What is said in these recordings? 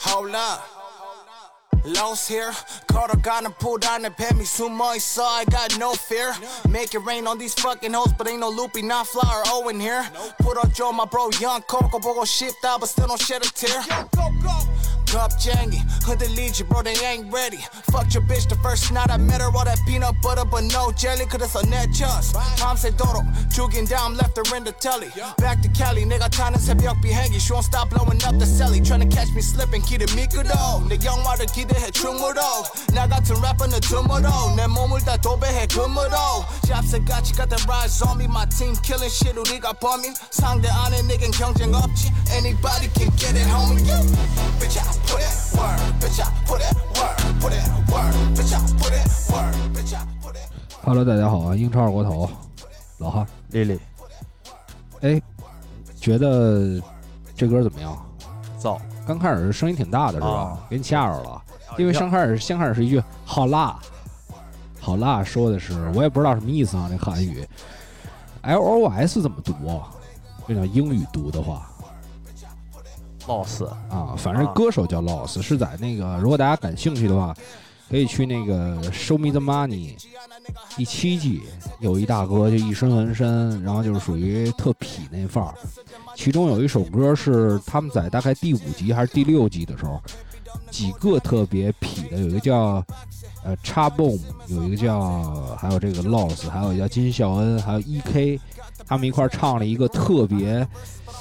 Hold up. Lost here, 걸어가는 불안에 뱀이 숨어 있어. I got no fear. Make it rain on these fucking hoes, but ain't no loopy, not fly or Owen here. Put on Joe, my bro, young Coco 보고 싶다, but still don't shed a tear. 겁쟁이 흔들리지, bro, they ain't ready. Fucked your bitch the first night I met her, all that peanut butter, but no jelly, cause it's a net chance. 밤새도록 죽인 다음 left her in the telly. Back to Cali, 내가 타는 새벽 비행기. She won't stop blowing up the celly, tryna catch me slipping, 기대 미끄러. 내 영화를 기대해 춤으로. 나 같은 래퍼는 드물어. 내 몸을 다 도배해 금으로. 샵새 같이 같은 rise on me, my team killing shit, 우리가 범인. 상대 안에 내겐 경쟁 없지. Anybody can get it, homie. Bitch, I put it work. Bitch, I put it work. Put it work. Bitch, I put it work. Bitch, I put it. Hello，大家好啊，英超二锅头，老汉，丽丽哎，觉得这歌怎么样？造刚开始声音挺大的是吧？啊给你吓着了，因为刚开始先开始是一句“好辣”，好辣说的是我也不知道什么意思啊，那韩语 L O S 怎么读啊？就讲英语读的话 loss 啊，反正啊歌手叫 Lost，是在那个如果大家感兴趣的话，可以去那个《Show Me the Money》第七季，有一大哥就一身纹身，然后就是属于特痞那范儿。其中有一首歌是他们在大概第五集还是第六集的时候，几个特别痞的，有一个叫呃叉 boom，有一个叫还有这个 Lost，还有一个叫金孝恩，还有 E.K，他们一块儿唱了一个特别。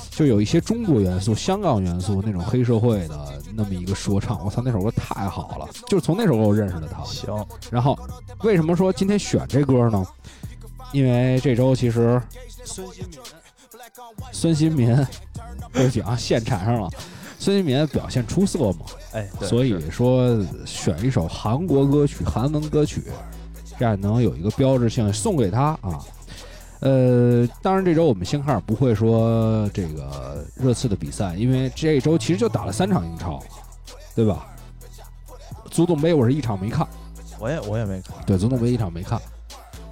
就有一些中国元素、香港元素那种黑社会的那么一个说唱，我操，那首歌太好了！就是从那首歌我认识的他。行，然后，为什么说今天选这歌呢？因为这周其实孙兴民孙兴民，对不起啊，现缠上了。孙兴民表现出色嘛，哎，对所是以说选一首韩国歌曲、韩文歌曲，这样能有一个标志性送给他啊。呃，当然这周我们先开始不会说这个热刺的比赛，因为这周其实就打了三场英超，对吧？足总杯我是一场没看，我也我也没看，对，足总杯一场没看。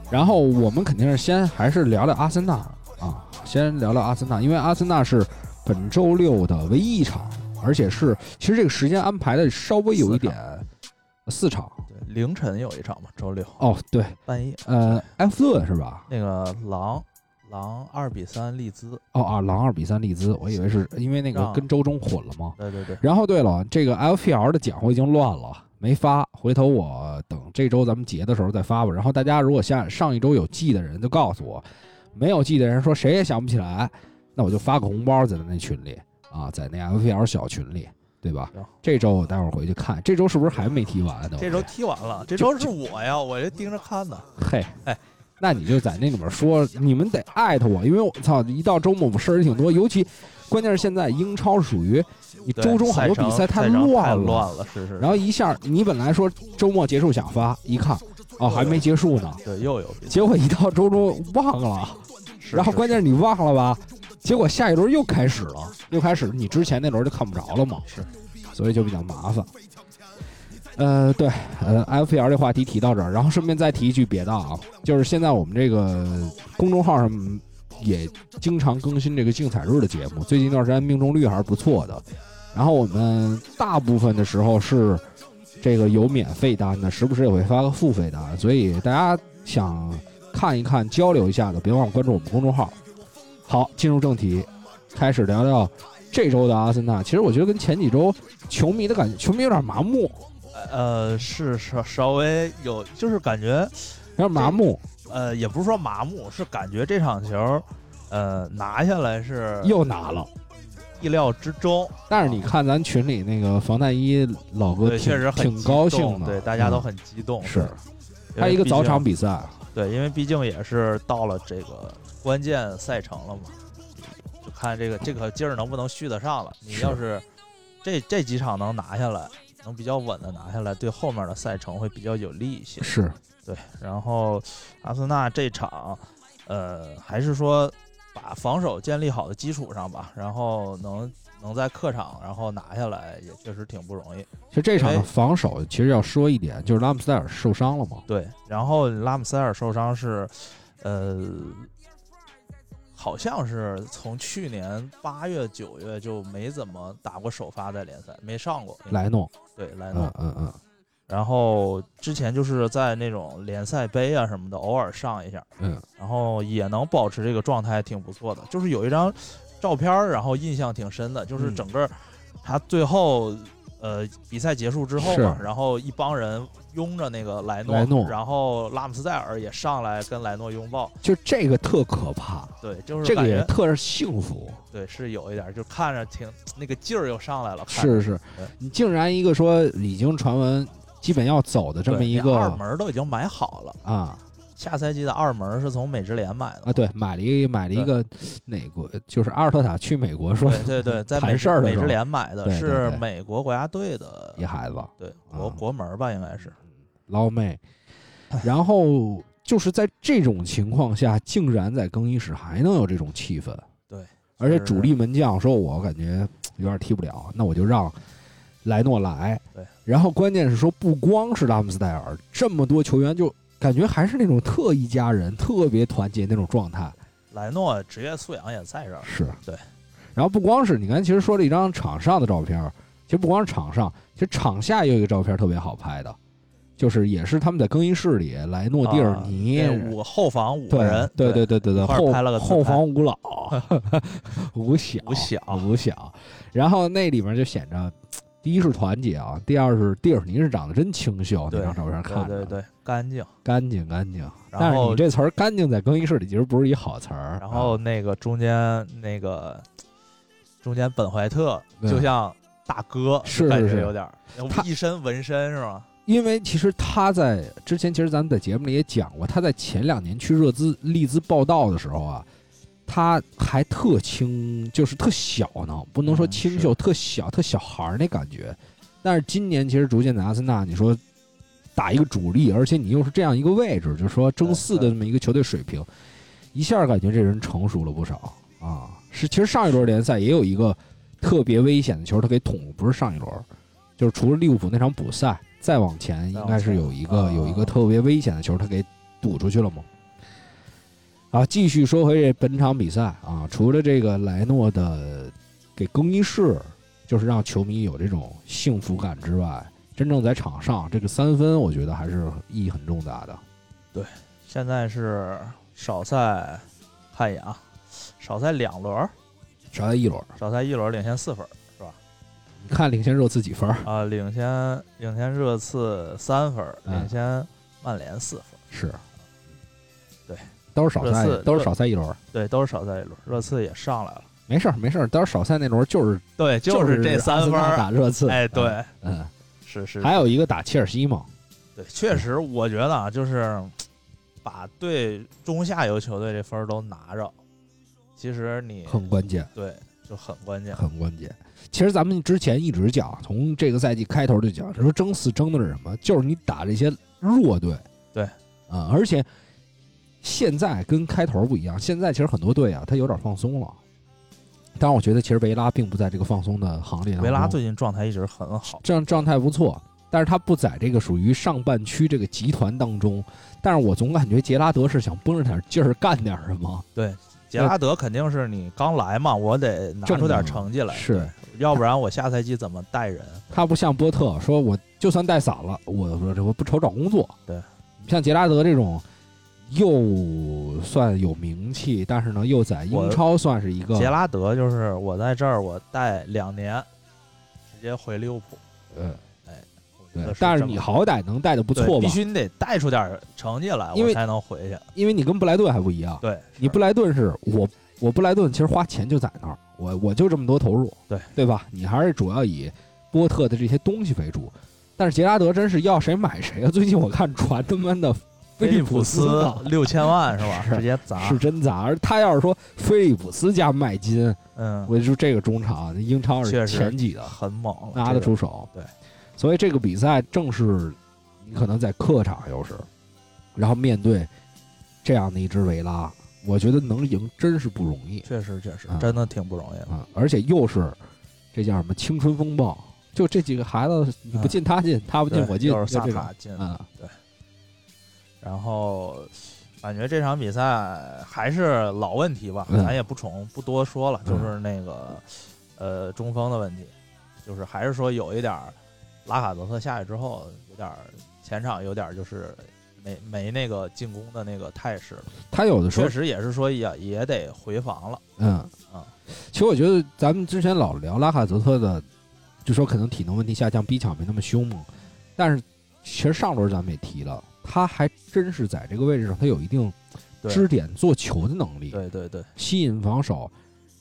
然后我们肯定是先还是聊聊阿森纳啊，先聊聊阿森纳，因为阿森纳是本周六的唯一一场，而且是其实这个时间安排的稍微有一点四场对，凌晨有一场嘛，周六哦，对，半夜，呃，埃弗顿是吧？那个狼狼二比三利兹，哦啊，狼二比三利兹，我以为是因为那个让跟周中混了嘛。对对对，然后对了，这个 LPL 的奖我已经乱了，没发，回头我等这周咱们结的时候再发吧。然后大家如果下上一周有记的人就告诉我，没有记的人说谁也想不起来，那我就发个红包在那群里啊，在那 LPL 小群里，对吧行？这周我待会儿回去看，这周是不是还没踢完呢？这周踢完了，这周是我呀，我这盯着看呢，嘿，哎，那你就在那里面说，你们得艾特我，因为我操，一到周末我事儿也挺多，尤其关键是现在英超属于你对周中好多赛程比赛赛太程太乱了，乱了，是是，然后一下你本来说周末结束想发，一看哦还没结束呢，对又有比赛，结果一到周中忘了，是然后是关键是你忘了吧，结果下一轮又开始了，又开始你之前那轮就看不着了嘛，是，所以就比较麻烦。呃，对，呃，FPL 这话题提到这儿，然后顺便再提一句别的啊，就是现在我们这个公众号上也经常更新这个竞彩日的节目，最近一段时间命中率还是不错的。然后我们大部分的时候是这个有免费单的，时不时也会发个付费单，所以大家想看一看、交流一下的，别忘了关注我们公众号。好，进入正题，开始聊聊这周的阿森纳。其实我觉得跟前几周球迷的感觉，球迷有点麻木，呃是稍稍微有就是感觉有点麻木，呃也不是说麻木，是感觉这场球呃拿下来是又拿了。意料之中，但是你看咱群里那个防弹衣老哥对，挺，确实很挺激高兴动的，对，大家都嗯很激动。是对，还有一因为个毕早竟场比赛，对，因为毕竟也是到了这个关键赛程了嘛，就看这个这个劲儿能不能续得上了。你是要是这这几场能拿下来，能比较稳的拿下来，对后面的赛程会比较有利一些。是对，然后阿森纳这场，呃，还是说把防守建立好的基础上吧，然后能能在客场然后拿下来，也确实挺不容易。其实这场的因为防守，其实要说一点，就是拉姆斯戴尔受伤了嘛，对，然后拉姆塞尔受伤是，呃，好像是从去年八月九月就没怎么打过首发在联赛，没上过。来弄，对莱诺嗯，嗯嗯，然后之前就是在那种联赛杯啊什么的偶尔上一下，嗯，然后也能保持这个状态，挺不错的。就是有一张照片儿，然后印象挺深的，就是嗯整个他最后呃比赛结束之后嘛，是然后一帮人拥着那个莱诺，莱诺然后拉姆斯戴尔也上来跟莱诺拥抱，就这个特可怕，对，就是这感个觉也特是幸福。对是有一点儿，就看着挺那个劲儿又上来了，看着是是对，你竟然一个说已经传闻基本要走的这么对一那个二门儿都已经买好了，啊下赛季的二门儿是从美职联买的。啊，对，买了一买了一个哪国，就是阿尔特塔去美国说对对对，在谈美事儿的美时职候联买的对对是对美国国家队的一孩子对国啊国门儿吧，应该是捞妹，哎然后就是在这种情况下，竟然在更衣室还能有这种气氛，对，而且是主力门将说我感觉有点踢不了，那我就让莱诺来，对，然后关键是说不光是拉姆斯戴尔，这么多球员就感觉还是那种特一家人、特别团结那种状态，莱诺职业素养也在这儿。是对。然后不光是你刚才其实说了一张场上的照片儿，其实不光是场上，其实场下也有一个照片儿特别好拍的，就是也是他们在更衣室里，莱诺、蒂尔尼。啊对五个后防五个对人，对对对对对对，一块儿后拍了个自后拍防 吴老，吴晓吴晓吴晓，然后那里面就显着，第一是团结啊，第二是蒂尔尼是长得真清秀，那对张照片看着对对对，干净。干净干净。然但是后你这词儿“干净”在更衣室里其实不是一好词儿。啊然后那个中间那个中间本怀特对就像大哥，是感是觉是有点儿他一身纹身是吗？因为其实他在之前，其实咱们在节目里也讲过，他在前两年去热兹利兹报道的时候啊，他还特轻，就是特小呢，不能说嗯清秀，特小，特小孩儿那感觉。但是今年其实逐渐在阿森纳，你说打一个主力，而且你又是这样一个位置，就是说争四的这么一个球队水平，一下感觉这人成熟了不少啊。是，其实上一轮联赛也有一个特别危险的球，他给捅了，不是上一轮，就是除了利物浦那场补赛，再往前应该是有一个啊有一个特别危险的球，他给堵出去了嘛。啊，继续说回这本场比赛啊，除了这个莱诺的给更衣室，就是让球迷有这种幸福感之外，真正在场上这个三分，我觉得还是意义很重大的。现在是少赛，看一眼啊，少赛两轮儿，少在一轮，少赛一轮儿领先四分儿。你看领先热刺几分儿？啊，领先领先热刺三分儿，嗯领先曼联四分儿，是，对，都是少赛热刺，都是少赛一轮。对，都是少赛一轮，热刺也上来了，没事儿，没事儿，到时候少赛那轮就是对，是这阿三森分纳儿，打热刺，哎，对，嗯，是是嗯，，还有一个打切尔西嘛，对，确实，我觉得啊，就是把对中下游球队这分儿都拿着，其实你很关键，对就很关键，很关键。其实咱们之前一直讲，从这个赛季开头就讲，说争四争的是什么？就是你打这些弱队，对啊、而且现在跟开头不一样，现在其实很多队啊，他有点放松了。当然，我觉得其实维拉并不在这个放松的行列当中，维拉最近状态一直很好，这样状态不错，但是他不在这个属于上半区这个集团当中。但是我总感觉杰拉德是想绷着点劲儿干点什么，杰拉德肯定是你刚来嘛，我得拿出点正成绩来，是对，要不然我下赛季怎么带 人？他不像波特说我就算带散了，我我这我不愁找工作。对，像杰拉德这种又算有名气，但是呢又在英超算是一个杰拉德就是我在这儿我带两年，直接回利物浦。哎呃，我觉对得，但是是这么你好歹能带的不对错吧必？须你得带出点成绩来，因为我才能回去。因为你跟布莱顿还不一样，对，你布莱顿是我我布莱顿其实花钱就在那儿，我我就这么多投入，对对吧？你还是主要以波特的这些东西为主，但是杰拉德真是要谁买谁啊！最近我看传他妈的菲菲利利普普斯啊斯啊 六千万是吧？是直接砸。是真砸，而他要是说菲利普斯加麦金，嗯，我就说这个中场啊英超是确实前几的，很猛了，拿得这个出手。对，所以这个比赛正是你可能在客场优势，然后面对这样的一支维拉，我觉得能赢真是不容易确实确实啊真的挺不容易的。啊！而且又是这叫什么青春风暴，就这几个孩子，你不进他进，他不进哎嗯对我进，又就是萨这种卡进，啊，然后感觉这场比赛还是老问题吧，嗯咱也不重不多说了，嗯就是那个呃中锋的问题，就是还是说有一点儿拉卡泽特下去之后，有点儿前场有点儿就是没没那个进攻的那个态势了，他有的时候确实也是说也也得回防了，嗯嗯，其实我觉得咱们之前老聊拉卡泽特的，就说可能体能问题下降，逼抢没那么凶猛，但是其实上轮咱们也提了，他还真是在这个位置上，他有一定对支点做球的能力，对对对，吸引防守，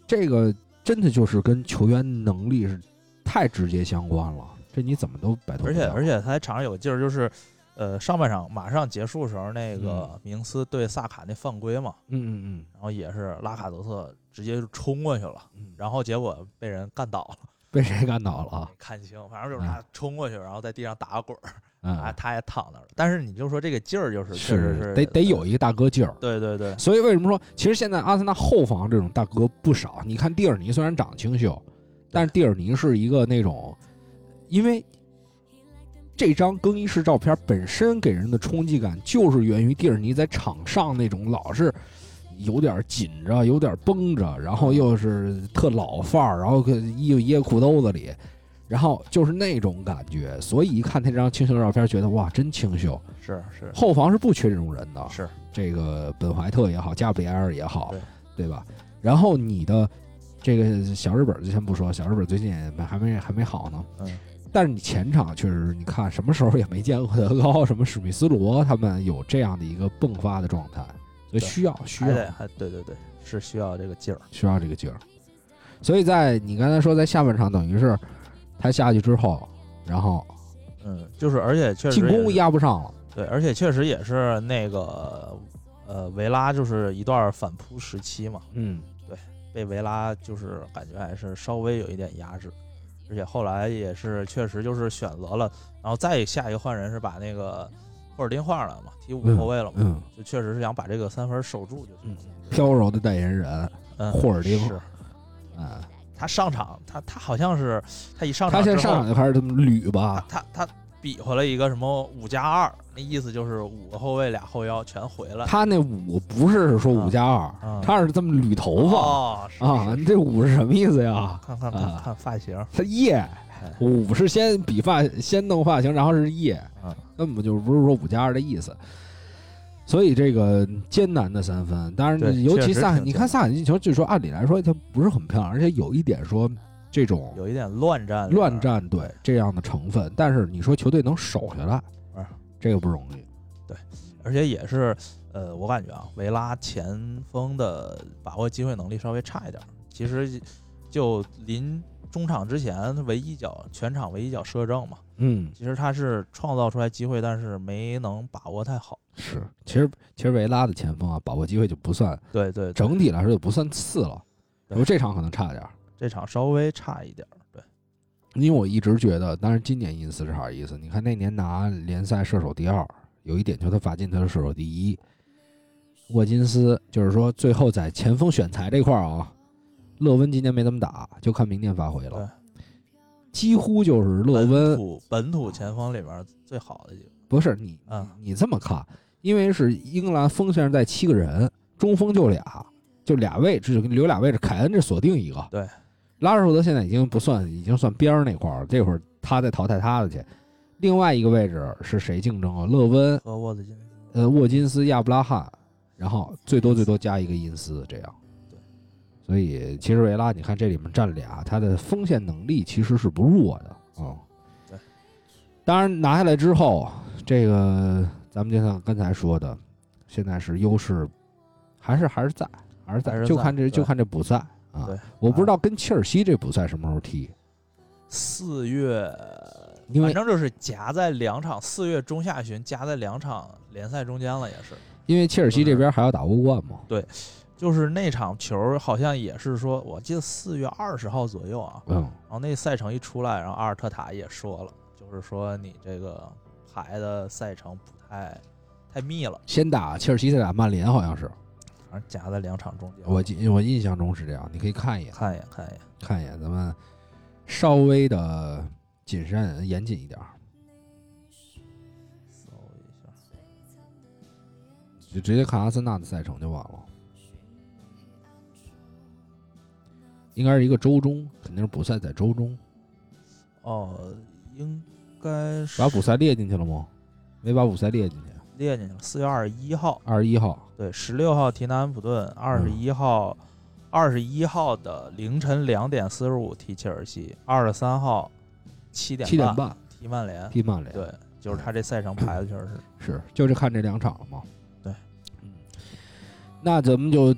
这个真的就是跟球员能力是太直接相关了，这你怎么都摆脱不而了。且而且他场上有劲儿，就是呃上半场马上结束的时候，那个明斯对萨卡那犯规嘛，嗯嗯然后也是拉卡泽特直接就冲过去了，嗯，然后结果被人干倒了。被谁干倒了啊？看清，反正就是他冲过去，然后在地上打个滚儿，啊，嗯，他也躺那儿了。但是你就说这个劲儿，就是确实是是得得有一个大哥劲儿，对对对所以为什么说，其实现在阿森纳后防这种大哥不少。你看蒂尔尼虽然长得清秀，但是蒂尔尼是一个那种，因为这张更衣室照片本身给人的冲击感，就是源于蒂尔尼在场上那种老是有点紧着、有点绷着，然后又是特老范儿，然后个衣服掖裤兜子里，然后就是那种感觉。所以一看他这张清秀照片，觉得哇，真清秀。是是后防是不缺这种人的，是，这个本怀特也好，加布里埃尔也好对，对吧？然后你的这个小日本儿就先不说，小日本儿最近也没还没还没好呢。嗯，但是你前场确实，你看什么时候也没见过德高，什么史密斯罗他们有这样的一个迸发的状态，所以对需要需还得要还对对对，是需要这个劲儿。需要这个劲儿。所以在你刚才说，在下半场等于是他下去之后，然后嗯，就是而且确实进也攻是压不上了，对，而且确实也是那个呃维拉就是一段反扑时期嘛，嗯，被维拉就是感觉还是稍微有一点压制，而且后来也是确实就是选择了，然后再下一个换人是把那个霍尔丁换上来嘛，踢五嗯后卫了嘛，嗯，就确实是想把这个三分守住就行了。飘柔的代言人，嗯，霍尔丁是嗯，他上场，他他好像是他一上他场之先后，上来就开始这么捋啊吧，他他比划了一个什么五加二，那意思就是五个后卫俩后腰全回 来。他那五不是说五加二嗯，他是这么捋头发哦，是啊，你这五是什么意思呀？看看啊哎看看发型，他夜五是先比发先弄发型，然后是夜嗯，根本就不是说五加二的意思。所以这个艰难的三分，当然对尤其确实萨，挺你看萨卡进球，据说按理来说它不是很漂亮，而且有一点说这种有一点乱战里边乱。战队这样的成分，但是你说球队能守下来是，这个不容易。而且也是，呃，我感觉啊，维拉前锋的把握机会能力稍微差一点儿。其实就临中场之前，唯一脚全场唯一脚射正嘛，嗯，其实他是创造出来机会，但是没能把握太好。是，其实其实维拉的前锋啊，把握机会就不算对对，对整体来说就不算次了，对然后这场可能差点儿，这场稍微差一点儿。对，因为我一直觉得，当然今年因斯是啥意思？你看那年拿联赛射手第二，有一点球他罚进，他是射手第一。沃金斯就是说，最后在前锋选材这块儿啊，勒温今年没怎么打，就看明年发挥了。几乎就是勒本温，土本土前锋里边儿最好的几个，不是你嗯你这么看，因为是英格兰锋线上带七个人，中锋就俩，就俩位置就留俩位置，凯恩这锁定一个。对，拉什福德现在已经不算，已经算边儿那块儿了，这会儿他再淘汰他的去。另外一个位置是谁竞争啊？勒温、和沃特金斯。呃沃金斯、亚布拉罕，然后最多最多加一个因斯这样。对，所以其实维拉，你看这里面占俩，他的锋线能力其实是不弱的啊。对，当然拿下来之后，这个咱们就像刚才说的，现在是优势还是还是在，还是在，还是在就看这对就看这补赛啊对。我不知道跟切尔西这补赛什么时候踢，四月，因反为正就是夹在两场，四月中下旬夹在两场联赛中间了，也是。因为切尔西这边还要打欧冠嘛。就是那场球好像也是说，我记得四月二十号左右啊，嗯，然后那赛程一出来，然后阿尔特塔也说了，就是说你这个排的赛程不太太密了，先打切尔西，再打曼联，好像是反正夹在两场中间。我记我印象中是这样，你可以看一眼。看一眼，看一眼。看一眼，咱们稍微的谨慎严谨一点儿。搜一下，就直接看阿森纳的赛程就完了。应该是一个周中，肯定是补赛在周中。哦，应该是把补赛列进去了吗？没把补赛列进去。列进去了，四月二十一号，二十一号，对，十六号提南安普顿，二嗯十一号，二十一号的凌晨两点四十五踢切尔西，二十三号七点七点半踢曼联，踢曼联。对，就是他这赛程排的确实 是，是，就是看这两场了嘛。对，嗯，那咱们就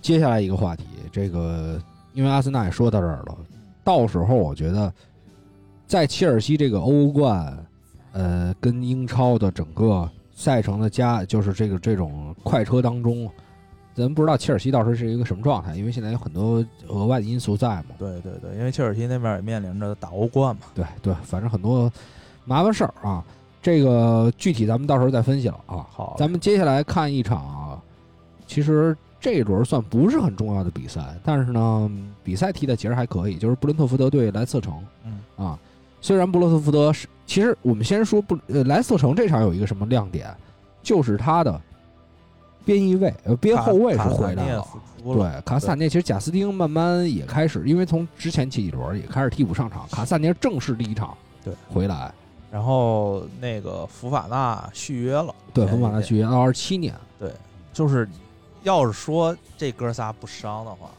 接下来一个话题，这个因为阿森纳也说到这儿了，到时候我觉得在切尔西这个欧冠，呃，跟英超的整个赛程的加，就是这个这种快车当中，咱不知道切尔西到时候是一个什么状态，因为现在有很多额外的因素在嘛。对对对，因为切尔西那边也面临着打欧冠嘛，对对，反正很多麻烦事儿啊。这个具体咱们到时候再分析了啊。好，咱们接下来看一场，其实这一轮算不是很重要的比赛，但是呢，比赛踢的其实还可以，就是布伦特福德对莱斯特城嗯啊。虽然布伦特福德是，其实我们先说布呃莱斯特城这场有一个什么亮点，就是他的边翼位呃边卡后卫是卡萨回来啊涅了。复出了，对，卡萨涅其实贾斯汀慢慢也开始，因为从之前前几轮也开始替补上场，卡萨涅正式第一场对回来，然后那个福法纳续约了，对，前冯一马纳阵续约到二十七年，就是要是说这哥仨不伤的话，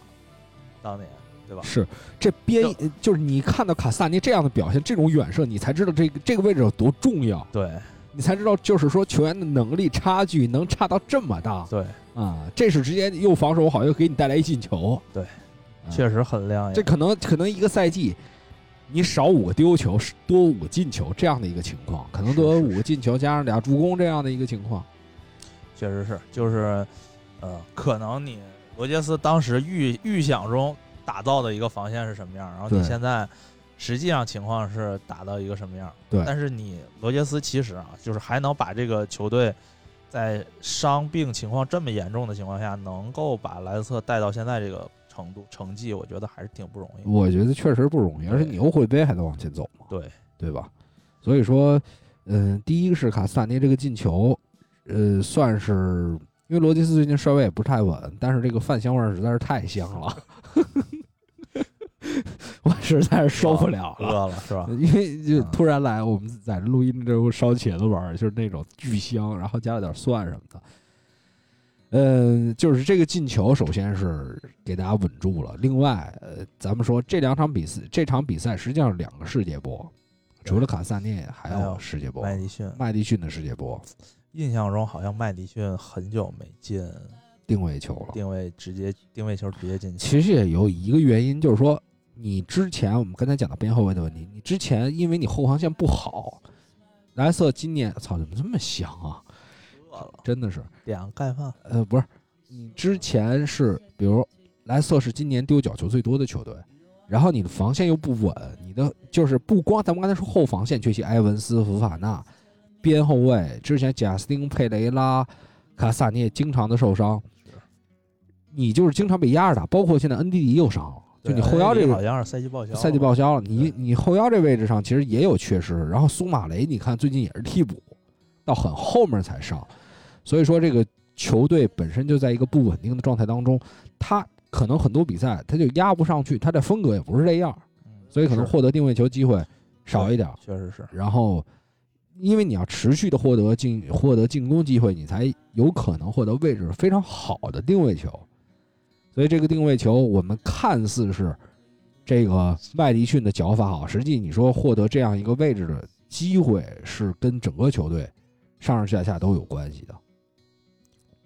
当年对吧？是这边就呃就是你看到卡萨涅这样的表现，这种远射，你才知道这个这个位置有多重要，对你才知道就是说球员的能力差距能差到这么大对，啊！这是直接又防守好又给你带来一进球，对嗯，确实很亮眼。这可能可能一个赛季。你少五个丢球，是多五个进球这样的一个情况，可能是多是五个进球加上俩助攻这样的一个情况，确实是，就是，呃，可能你罗杰斯当时预预想中打造的一个防线是什么样，然后你对现在实际上情况是打到一个什么样。对但是你罗杰斯其实啊，就是还能把这个球队在伤病情况这么严重的情况下，能够把莱斯特带到现在这个程度成绩，我觉得还是挺不容易。我觉得确实不容易，而且嗯对你欧会杯还得往前走嘛，对对吧？所以说，嗯，第一个是卡斯塔涅这个进球，呃，算是因为罗杰斯最近帅位也不是太稳，但是这个饭香味儿实在是太香 了，我实在是受不了了。饿了是吧？因为就啊突然来，我们在录音这屋烧茄子玩儿，就是那种巨香，然后加了点蒜什么的。嗯，就是这个进球，首先是给大家稳住了。另外，呃，咱们说这两场比赛，这场比赛实际上是两个世界波，除了卡萨涅，还还有有世界波，麦迪逊，麦迪逊的世界波印象中好像麦迪逊很久没进定位球了。定位，直接定位球直接进球。其实也有一个原因，就是说你之前我们刚才讲到边后卫的问题，你之前因为你后防线不好，莱瑟今年操怎么这么香啊？饿了。真的是，点个盖饭，呃，不是，你之前是比如莱斯特是今年丢角球最多的球队，然后你的防线又不稳，你的就是不光咱们刚才说后防线缺席埃文斯、福法纳，边后卫之前贾斯汀、佩雷拉、卡萨涅经常的受伤，你就是经常被压着打，包括现在恩迪迪又伤了，就你对哎后腰这个好像是赛季报销了吧，赛季报销了，你对你后腰这位置上其实也有缺失。然后苏马雷，你看最近也是替补，到很后面才上，所以说这个球队本身就在一个不稳定的状态当中，他可能很多比赛他就压不上去，他的风格也不是这样，嗯，所以可能是获得定位球机会少一点。确实是，然后，因为你要持续的获得进获得进攻机会，你才有可能获得位置非常好的定位球。所以这个定位球，我们看似是这个麦迪逊的脚法好，实际你说获得这样一个位置的机会，是跟整个球队上上下下都有关系的。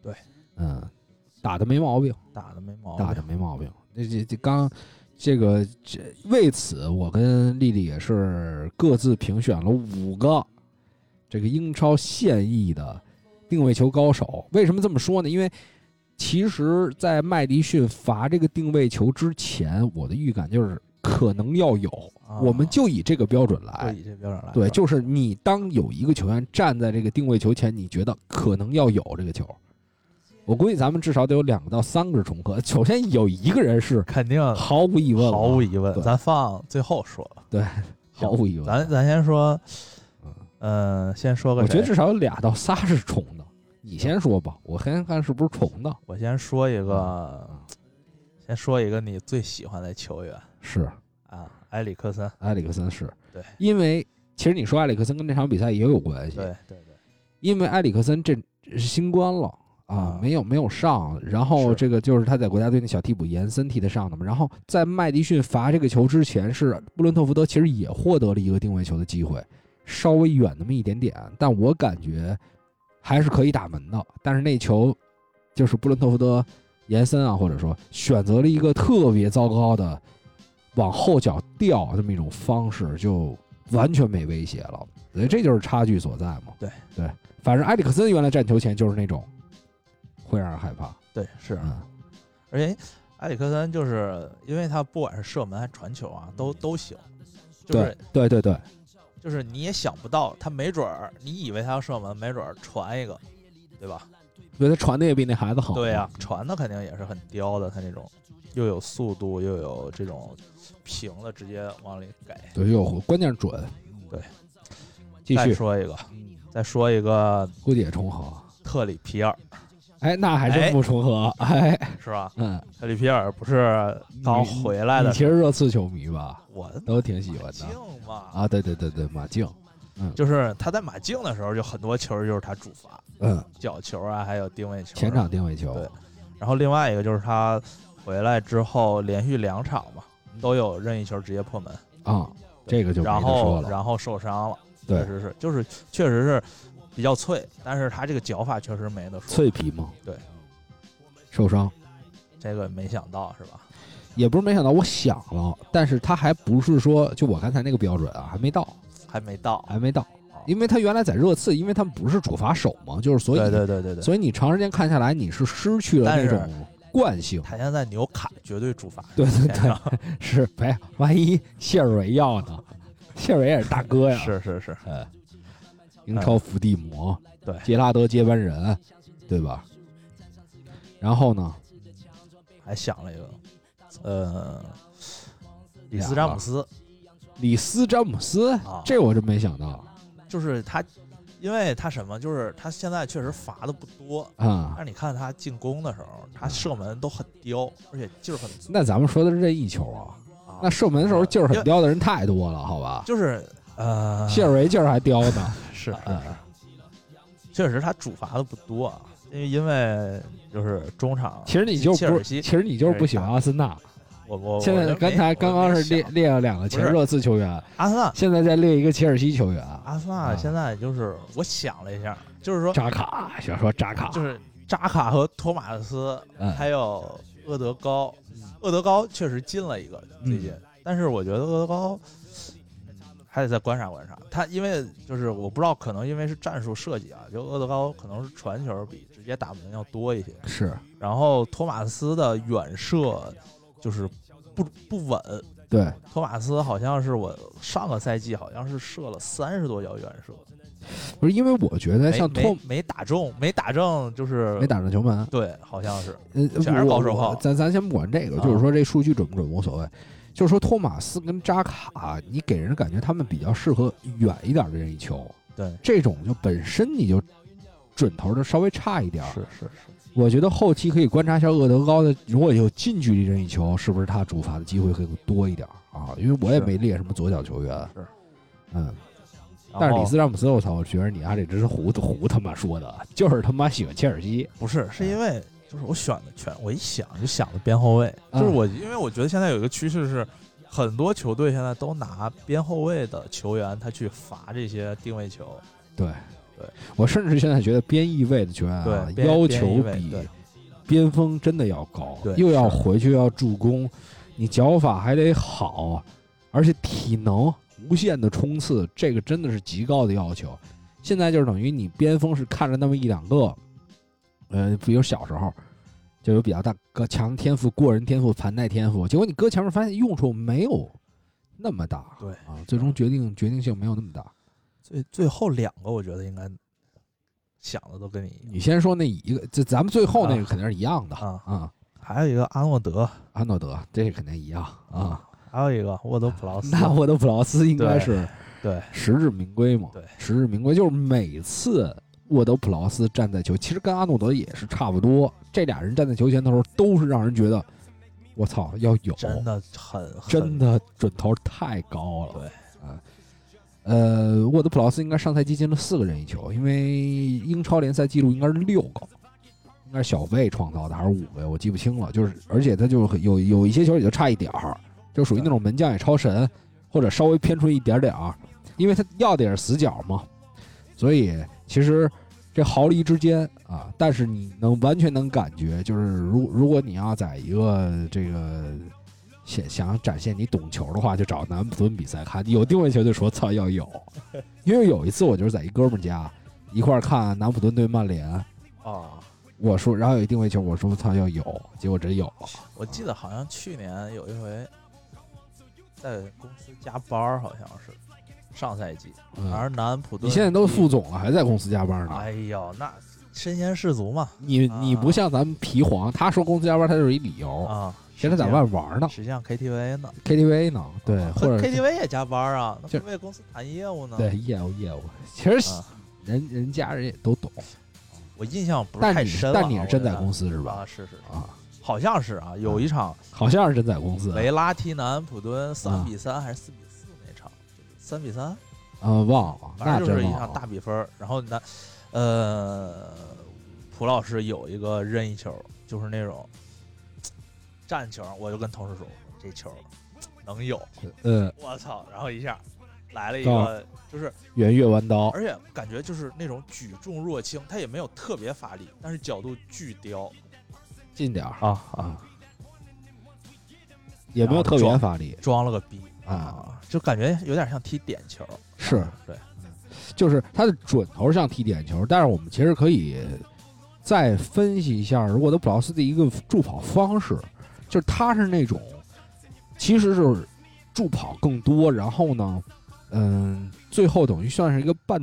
对，嗯，打的没毛病。打的没毛病，打的没毛病。这这这刚这个这为此，我跟丽丽也是各自评选了五个这个英超现役的定位球高手。为什么这么说呢？因为其实，在麦迪逊罚这个定位球之前，我的预感就是可能要有，啊我们就以这个标准就来。以这标准来说，对，就是你当有一个球员站在这个定位球前，你觉得可能要有这个球，我估计咱们至少得有两个到三个重合。首先有一个人是肯定毫无疑问了，嗯毫无疑问，对咱放最后说吧，毫无疑问。咱咱先说嗯，呃，先说个我谁，觉得至少有俩到仨是重的。你先说吧，我先看是不是重的。我先说一个，先说一个你最喜欢的球员是啊，埃里克森。埃里克森是，对，因为其实你说埃里克森跟这场比赛也有关系，对对对，因为埃里克森这这是新冠了啊啊，没有没有上，然后是这个就是他在国家队那小替补延森替他上的嘛。然后在麦迪逊罚这个球之前，是布伦特福德其实也获得了一个定位球的机会，稍微远那么一点点，但我感觉还是可以打门的。但是那球就是布伦特福德延森啊，或者说选择了一个特别糟糕的往后脚吊这么一种方式，就完全没威胁了。所以这就是差距所在嘛。对对，反正埃里克森原来站球前就是那种会让人害怕。对是，啊嗯，而且埃里克森就是因为他不管是射门还是传球啊，都都行，就是对对对对，就是你也想不到，他没准儿你以为他要射门，没准儿传一个，对吧？因为他传的也比那孩子好。对呀、啊传的肯定也是很刁的，他那种哦又有速度又有这种平的，直接往里给。对，又有关键是准。对，继再续，说一个，再说一个估计也重合。特里皮尔，哎，那还真哎不重合。哎， 是吧？嗯，特里皮尔不是刚你回来哎你的其，实热刺球迷吧，我都挺喜欢马的竞嘛，啊。对对对对，马竞，就是他在马竞的时候，就很多球就是他主罚，嗯，角球啊，还有定位球。前场。定位球，对然后另外一个就是他回来之后，连续两场嘛，都有任意球直接破门。啊，这个就没然得说后了。然后受伤了，对确实是，就是确实是比较脆，但是他这个脚法确实没得说，脆皮嘛，对，受伤。这个没想到是吧？也不是没想到，我想了，但是他还不是说就我刚才那个标准啊，还没到，还没到，还没到，啊因为他原来在热刺，因为他们不是主罚手嘛，就是所以对对对对对，所以你长时间看下来，你是失去了但那是种惯性，他现在纽卡绝对主罚，对对对前场是哎，万一谢尔维要呢？谢尔维也是大哥呀，是是是，哎，英超伏地魔，对杰拉德接班人，对吧？然后呢，还想了一个，呃，里俩斯詹姆吧斯里斯詹姆斯，啊，哎这我真没想到就是他，因为他什么，就是他现在确实罚的不多。啊但。是你看他进攻的时候，他射门都很刁，而且劲儿很足那咱们说的是这一球啊，啊。那射门的时候劲儿很刁的人太多了，好吧？就是呃，谢尔维劲儿还刁 呢，是是嗯确实他主罚的不多啊，因为因为就是中场，其实你就切不，尔其西实你就是不喜欢阿森纳。我我现在刚才刚刚是列练列了两个前不是热刺球员，阿森纳，现在再列一个切尔西球员，阿森啊纳现在就是我想了一下，就是说扎卡，想说扎卡，就是扎卡和托马斯，嗯还有厄德高，厄德高确实进了一个嗯最近，但是我觉得厄德高。还得再观察观察他，因为就是我不知道，可能因为是战术设计啊，就厄德高可能是传球比直接打门要多一些，是然后托马斯的远射就是不不稳，对，托马斯好像是我上个赛季好像是射了三十多脚远射，不是因为我觉得没像托没没打中，没打中就是没打中球门，对，好像是呃，全是我保守我炮咱咱先不管这个，啊就是说这数据准不准无所谓。就是说，托马斯跟扎卡，啊你给人感觉他们比较适合远一点的任意球，对，这种就本身你就准头就稍微差一点儿。是是是，我觉得后期可以观察一下厄德高的，如果有近距离任意球，是不是他主罚的机会会多一点儿啊？因为我也是没列什么左脚球员，是嗯，然但是里后斯詹姆斯，我操，我觉得你啊，这真是胡胡他妈说的，就是他妈喜欢切尔西，不是是因为就是我选的全，我一想就想的边后卫，就是嗯我因为我觉得现在有一个趋势是。很多球队现在都拿边后卫的球员，他去罚这些定位球，我甚至现在觉得边翼位的球员啊，对边要求边翼比位对边锋真的要高，对又要是回去要助攻，你脚法还得好，而且体能无限的冲刺，这个真的是极高的要求。现在就是等于你边锋是看着那么一两个，呃，比如小时候就有比较大个强天赋、过人天赋、盘带天赋，结果你搁前面发现用处没有那么大，对啊，最终决定决定性没有那么大。最最后两个，我觉得应该想的都跟你一你样。先说那一个，这咱们最后那个啊肯定是一样的啊啊， 还有一个阿诺德安诺德这个肯定一样啊。，还有一个沃德普劳斯。 那哦沃德普劳斯应该对是对实至名归嘛，对实至名归就是每次沃德普劳斯站在球，其实跟阿诺德也是差不多。这俩人站在球前的时候，都是让人觉得，我操，要有真的很真的准头太高了。对啊，呃，沃德普劳斯应该上赛季进了四个任意球，因为英超联赛记录应该是六个，应该是小贝创造的还是五位，我记不清了。就是而且他就是很有有一些球也就差一点儿，就属于那种门将也超神，或者稍微偏出一点点儿，因为他要的也是死角嘛。所以其实这毫厘之间啊，但是你能完全能感觉，就是如如果你要在一个这个想想展现你懂球的话，就找南普敦比赛看。有定位球就说操要 有，因为有一次我就是在一哥们儿家一块儿看南普敦对曼联，啊！我说然后有一定位球，我说操要有，结果真有了。我记得好像去年有一回在公司加班儿，好像是上赛季，而嗯，南普顿你现在都副总了，还在公司加班呢。哎呦，那身先士卒嘛你啊你不像咱们皮黄，他说公司加班，他就是一理由。啊！其哦实他在外玩呢实际上 KTV 呢，KTV 呢，对，啊或 者 KTV 也加班啊，那就不为公司谈业务呢？对业务业务，其实啊，人人家人也都懂，我印象不是但太你是深了。但你是真在公司司是是吧？啊，是是，是啊，好像是啊，有一场好像是真在公司，维拉踢南普敦啊三比三还是四比四那场，三比三，呃，忘了，嗯反那正就是真一忘场大了。比分儿。然后南，呃，蒲老师有一个任意球，就是那种站球，我就跟同事说，我说这球能有，呃，我操！然后一下来了一到个，就是圆月弯刀，而且感觉就是那种举重若轻，他也没有特别发力，但是角度巨刁近点儿啊！啊，也没有特别发力装了个逼啊，，就感觉有点像踢点球。是，对，就是他的准头像踢点球，但是我们其实可以再分析一下沃德普劳斯的一个助跑方式，就是他是那种其实是助跑更多，然后呢，嗯，最后等于算是一个半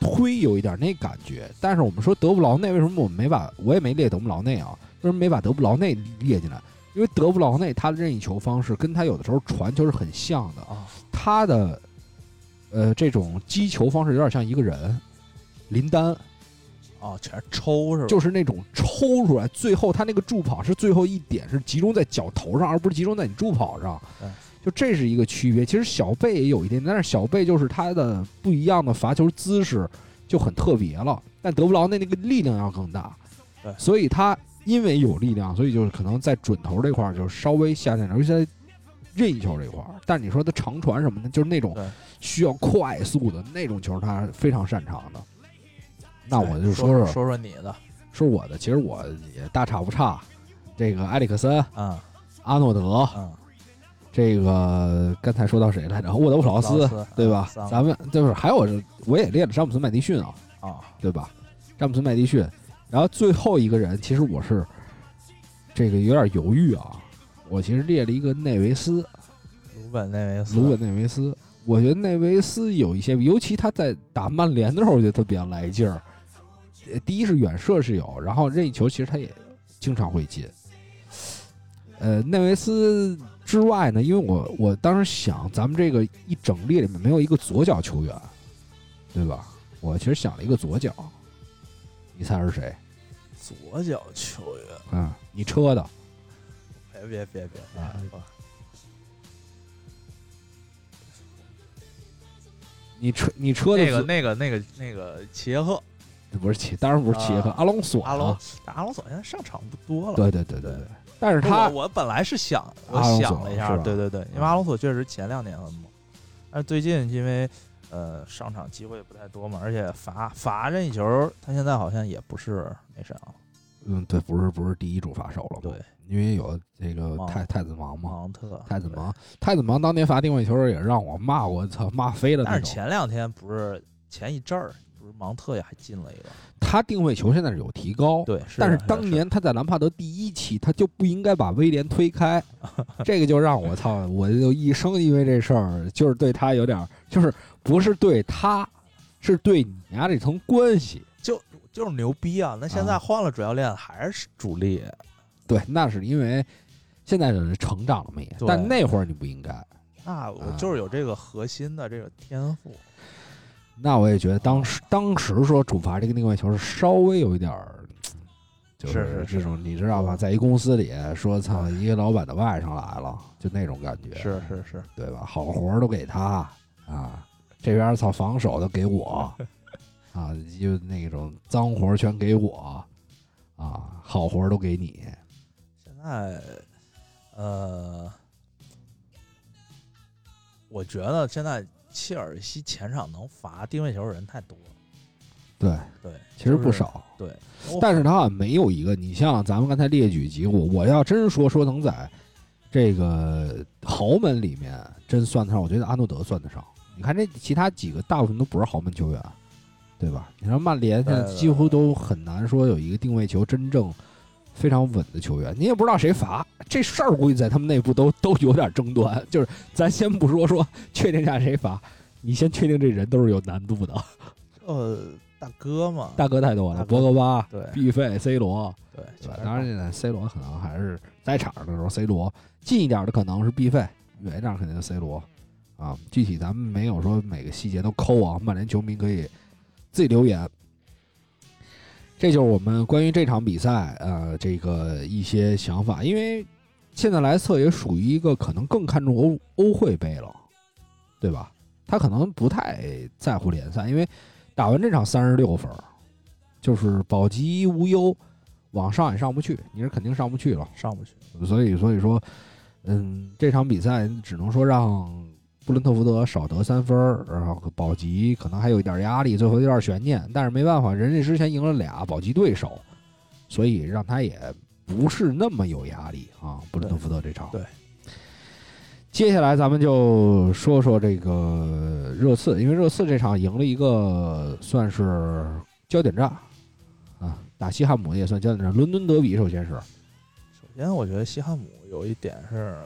推，有一点那感觉。但是我们说德布劳内为什么我们没把我也没列德布劳内啊？为什么没把德布劳内列进来？因为德布劳内他的任意球方式跟他有的时候传球是很像的啊，他的呃这种击球方式有点像一个人，林丹啊，全是抽是吧？就是那种抽出来，最后他那个助跑是最后一点是集中在脚头上，而不是集中在你助跑上嗯。就这是一个区别。其实小贝也有一点，但是小贝就是他的不一样的罚球姿势就很特别了。但德布劳内那个力量要更大对，所以他因为有力量，所以就是可能在准头这块儿就稍微下降点，尤其在任意球这块儿。但是你说他长传什么的，就是那种对需要快速的那种球，他非常擅长的。那我就哎说说说说你的说我的，其实我也大差不差。这个埃里克森、啊阿诺德，啊，这个刚才说到谁来着？沃德普劳斯，啊斯对吧？三个咱们就是还有我也列了詹姆斯麦迪逊啊，啊对吧？詹姆斯麦迪逊，然后最后一个人，其实我是这个有点犹豫啊。我其实列了一个内维斯，鲁本内维斯，卢本内维斯。我觉得内维斯有一些，尤其他在打曼联的时候，我觉得他比较来劲儿。呃第一是远射是有，然后任意球其实他也经常会进。呃，内维斯之外呢，因为我我当时想，咱们这个一整列里面没有一个左脚球员，对吧？我其实想了一个左脚，你猜是谁？左脚球员，嗯，你车的别别别别啊我你车你车的那个左那个那个那个齐耶赫不是齐，当然不是齐耶克，啊阿隆索啊，阿隆，但阿隆索现在上场不多了。对对对对对，但是不他我我本来是想，我阿隆索想了一是下，吧对对对，因为阿隆索确实前两年很猛，但是最近因为呃上场机会不太多嘛，而且罚罚任意球，他现在好像也不是那啥了，嗯，对，不是不是第一主发手了嘛，对，因为有这个忙太太子芒嘛，芒特太子芒，太子芒当年罚定位球儿也让我骂我操骂飞了对那但是种。前两天不是前一阵儿，不是芒特也还进了一个，他定位球现在是有提高，对，的哦但是的当年他在兰帕德第一期他就不应该把威廉推 开，这个就让我操，我就一生因为这事儿就是对他有点儿，就是不是对他，是对你家、这层关系。就就是牛逼啊！那现在啊换了主教练还是主力，对，那是因为现在的人成长了嘛也，对但那会儿你不应该。那我就是有这个核心的这个天赋那我也觉得当时当时说主罚这个定位球是稍微有一点儿，就是是是嗯这种你知道吧，在一公司里说操一个老板的外甥来了，就那种感觉，是是是，对吧？好活儿都给他啊，这边儿操防守都给 我啊，就那种脏活儿全给我啊，好活儿都给你，现在，呃，我觉得现在切尔西前场能罚定位球的人太多了，对，对，其实就不是，少。对， 但是他好像没有一个，你像咱们刚才列举几个，我要真说说能在这个豪门里面真算得上，我觉得阿诺德算得上。你看这其他几个大部分都不是豪门球员，对吧？你像曼联现在对对几乎都很难说有一个定位球真正非常稳的球员，你也不知道谁罚这事儿，估计在他们内部都 都有点争端。就是咱先不说说确定下谁罚，你先确定这人都是有难度的，呃，大哥嘛，大哥太多了，大哥博格巴、对毕费、C 罗。对，对吧全？当是大然，现在 C 罗可能还是在场上的时候，C 罗近一点的可能是 B 费，远一点肯定是 C 罗啊。具体咱们没有说每个细节都抠啊，曼联球迷可以自己留言。这就是我们关于这场比赛呃这个一些想法，因为现在莱斯特也属于一个可能更看重欧欧会杯了，对吧？他可能不太在乎联赛，因为打完这场三十六分儿，就是保级无忧，往上也上不去，你是肯定上不去了。上不去，所以，所以说，嗯，这场比赛只能说让布伦特福德少得三分儿，然后保级可能还有一点压力，最后有点悬念。但是没办法，人家之前赢了俩保级对手，所以让他也不是那么有压力啊。布伦特福德这场，对接下来咱们就说说这个热刺，因为热刺这场赢了一个算是焦点战啊，打西汉姆也算焦点战，伦敦德比首先是首先，我觉得西汉姆有一点是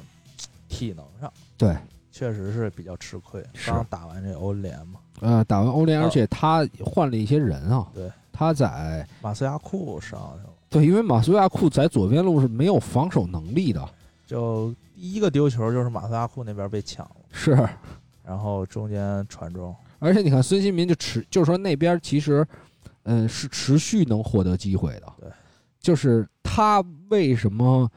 体能上对。确实是比较吃亏，是刚打完这欧联嘛，呃，打完欧联，啊而且他换了一些人啊。对，他在马斯亚库上去了，对，因为马苏亚库在左边路是没有防守能力的，就第一个丢球就是马斯亚库那边被抢了，是。然后中间传中，而且你看孙兴民就持，就是说那边其实，嗯，是持续能获得机会的。对，就是他为什么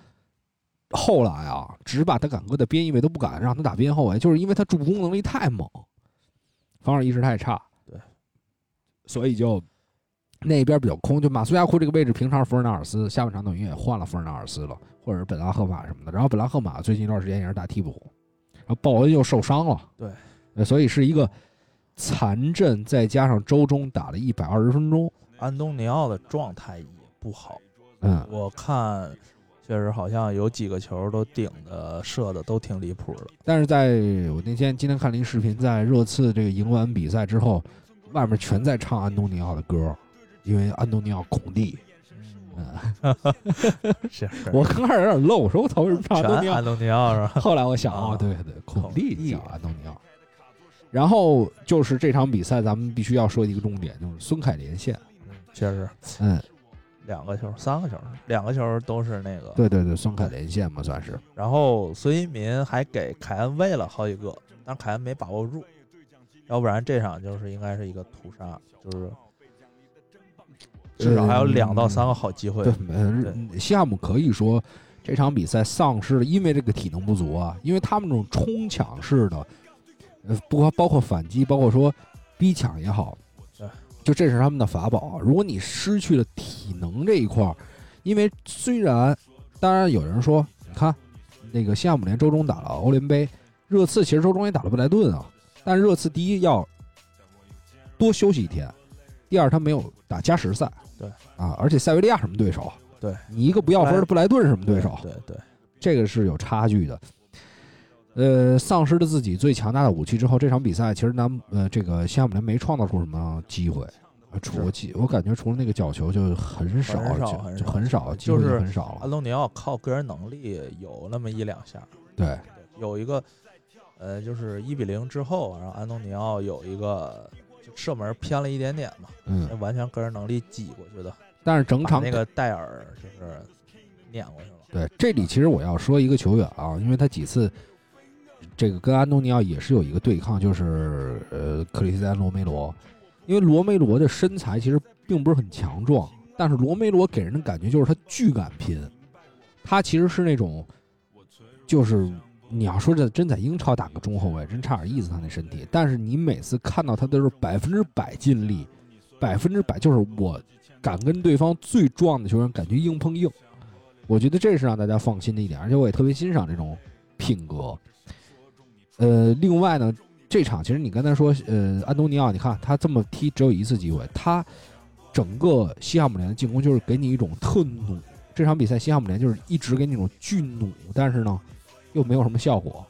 后来啊，只把他敢搁在边翼位都不敢让他打边后卫，就是因为他助攻能力太猛，防守意识太差。对，所以就那边比较空，就马苏亚库这个位置，平常是福尔纳尔斯，下半场等于也换了福尔纳尔斯了，或者是本拉赫马什么的。然后本拉赫马最近一段时间也是打替补，然后鲍恩又受伤了，对呃，所以是一个残阵，再加上周中打了一百二十分钟，安东尼奥的状态也不好，嗯，我看确实好像有几个球都顶的射的都挺离谱的，但是在我那天今天看了一视频，在热刺这个赢完比赛之后，外面全在唱安东尼奥的歌，因为安东尼奥孔蒂，嗯， 是啊是我刚开始有点漏，我说我操，为什么唱安东全尼奥安？东尼奥是吧？后来我想啊，啊对对，孔孔蒂蒂叫安东尼奥。然后就是这场比赛，咱们必须要说一个重点，就是孙凯连线。确实嗯，两个球，三个球，两个球都是那个。对对对，孙凯连线嘛，算是。然后孙一民还给凯恩喂了好几个，但凯恩没把握住，要不然这场就是应该是一个屠杀，就是至少还有两到三个好机会。呃对，呃，西汉姆可以说这场比赛丧失了，因为这个体能不足啊，因为他们这种冲抢式的，呃，不光包括反击，包括说逼抢也好对，就这是他们的法宝。啊如果你失去了体能这一块儿，因为虽然当然有人说，你看那个西汉姆联周中打了欧联杯，热刺其实周中也打了布莱顿啊，但热刺第一要多休息一天，第二他没有打加时赛，对啊，而且塞维利亚什么对手，啊对哎你一个不要分的布莱顿什么对手，啊对对，这个是有差距的。呃，丧失了自己最强大的武器之后，这场比赛其实南呃这个西汉姆联没创造出什么机会，呃除是我记我感觉除了那个角球就很少，很少就很就少很少，机就会是呃很少了安。东尼奥靠个人能力有那么一两下，对，有一个，呃，就是一比零之后，然后安东尼奥有一个就射门偏了一点点嘛，嗯那，完全个人能力挤过去的，但是整把场那个戴尔就是撵过去了。对，这里其实我要说一个球员啊，因为他几次这个跟安东尼奥也是有一个对抗，就是呃克里斯蒂安罗梅罗，因为罗梅罗的身材其实并不是很强壮，但是罗梅罗给人的感觉就是他巨敢拼，他其实是那种，就是你要说这真在英超打个中后卫真差点意思，他那身体，但是你每次看到他都是百分之百尽力，百分之百就是我敢跟对方最壮的球员敢去硬碰硬，我觉得这是让大家放心的一点，而且我也特别欣赏这种品格。呃，另外呢，这场其实你刚才说，呃，安东尼奥，你看他这么踢只有一次机会，他整个西汉姆联的进攻就是给你一种特努。这场比赛西汉姆联就是一直给你一种巨努，但是呢，又没有什么效果，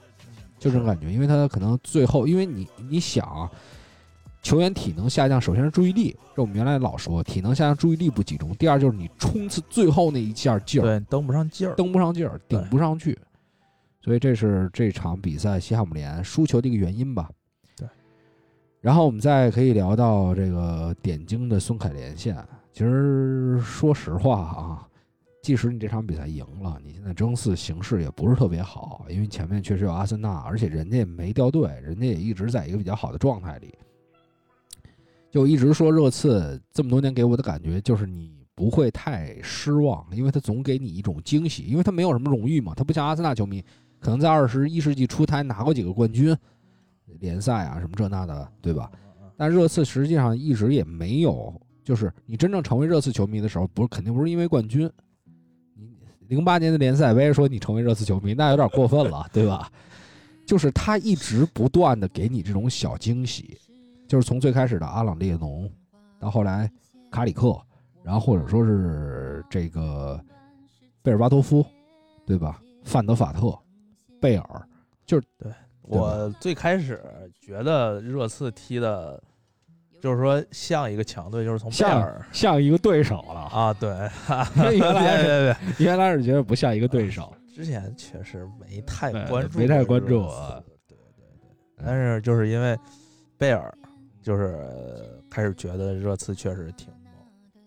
就这种感觉。因为他可能最后，因为你你想啊，球员体能下降，首先是注意力，这我们原来老说，体能下降，注意力不集中。第二就是你冲刺最后那一下劲儿，对，蹬不上劲儿。蹬不上劲儿，顶对不上去，所以这是这场比赛西汉姆联输球的一个原因吧。对，然后我们再可以聊到这个点睛的孙凯连线。其实说实话啊，即使你这场比赛赢了，你现在争四形势也不是特别好，因为前面确实有阿森纳，而且人家也没掉队，人家也一直在一个比较好的状态里。就一直说热刺这么多年给我的感觉就是你不会太失望，因为他总给你一种惊喜，因为他没有什么荣誉嘛，他不像阿森纳球迷，可能在二十一世纪初他还拿过几个冠军，联赛啊什么这那的，对吧？但热刺实际上一直也没有，就是你真正成为热刺球迷的时候，不是肯定不是因为冠军，你零八年的联赛杯说你成为热刺球迷，那有点过分了，对吧？就是他一直不断的给你这种小惊喜，就是从最开始的阿朗列侬，到后来卡里克，然后或者说是这个贝尔巴托夫，对吧？范德法特、贝尔，对吧我最开始觉得热刺踢的，就是说像一个强队，就是从贝像尔像一个对手 了。啊，对，原来别是 别别，原来是觉得不像一个对手， 之前确实没太对关注，没太关注啊啊。对对对，但是就是因为贝尔，就是开始觉得热刺确实挺猛。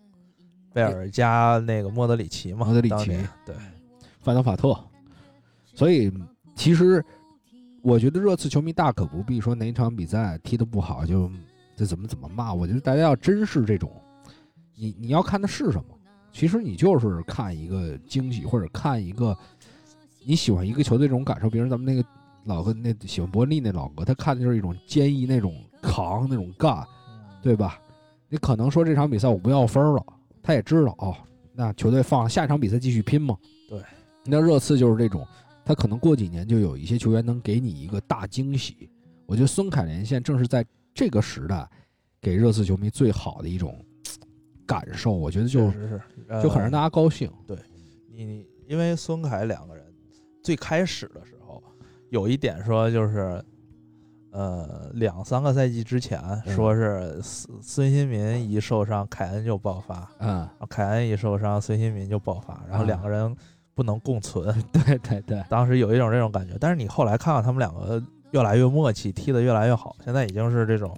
贝尔加那个莫德里奇嘛，莫德里当年奇对范德法特。所以其实我觉得热刺球迷大可不必说哪一场比赛踢得不好就这怎么怎么骂。我觉得大家要真是这种，你你要看的是什么？其实你就是看一个惊喜，或者看一个你喜欢一个球队这种感受。比如咱们那个老哥，那喜欢伯恩利那老哥，他看的就是一种坚毅、那种扛、那种干。对吧？你可能说这场比赛我不要分儿了，他也知道哦，那球队放下一场比赛继续拼嘛。对，那热刺就是这种，他可能过几年就有一些球员能给你一个大惊喜。我觉得孙凯连线正是在这个时代给热刺球迷最好的一种嘖感受，我觉得就确实是就很让大大。家高兴。你你因为孙凯两个人最开始的时候，有一点说就是，呃，两三个赛季之前嗯说是孙孙兴民一受伤，凯恩就爆发，嗯，然后凯恩一受伤，孙兴民就爆发，然后啊两个人不能共存。 对对对，当时有一种这种感觉，但是你后来看看他们两个越来越默契，踢得越来越好，现在已经是这种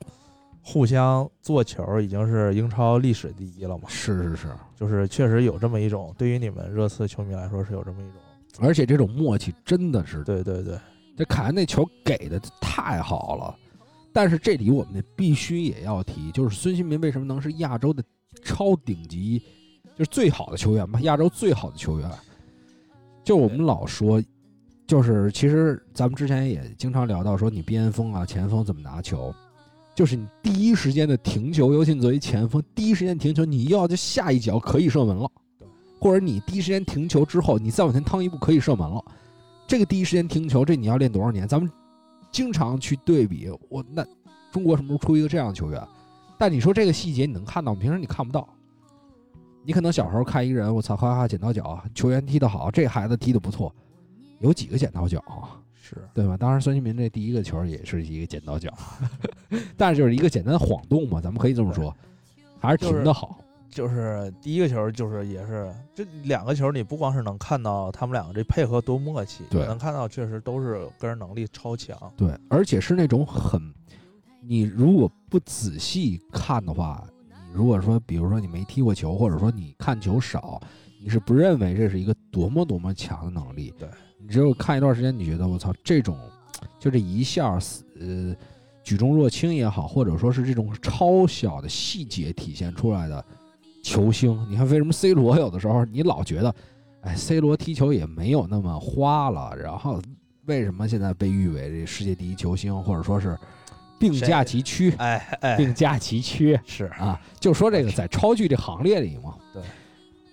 互相做球，已经是英超历史第一了嘛。是是是，就是确实有这么一种，对于你们热刺球迷来说是有这么一种，而且这种默契真的是对对对，这凯恩那球给的太好了，但是这里我们必须也要提，就是孙兴民为什么能是亚洲的超顶级，就是最好的球员吧，亚洲最好的球员。就我们老说，就是其实咱们之前也经常聊到说，你边锋啊、前锋怎么拿球，就是你第一时间的停球，尤其你作为前锋，第一时间停球，你要就下一脚可以射门了，或者你第一时间停球之后，你再往前趟一步可以射门了。这个第一时间停球，这你要练多少年？咱们经常去对比，我那中国什么时候出一个这样的球员？但你说这个细节你能看到吗？平时你看不到。你可能小时候看一个人，我操，哈哈，剪刀脚，球员踢得好，这孩子踢得不错，有几个剪刀脚啊？是对吧？当然，孙兴民这第一个球也是一个剪刀脚， 但是就是一个简单的晃动嘛，咱们可以这么说，还是停得好。就是第一个球就是也是这两个球，你不光是能看到他们两个这配合多默契，对能看到确实都是个人能力超强，对，而且是那种很，你如果不仔细看的话，你如果说，比如说你没踢过球，或者说你看球少，你是不认为这是一个多么多么强的能力。对，你只有看一段时间，你觉得我操，这种嘖就这一下儿，呃，举重若轻也好，或者说是这种超小的细节体现出来的球星，你看为什么 C 罗有的时候你老觉得，哎，C 罗踢球也没有那么花了，然后为什么现在被誉为这世界第一球星，或者说是并谁驾齐驱，哎哎，并驾齐驱，是啊，就说这个在超巨这行列里嘛，对，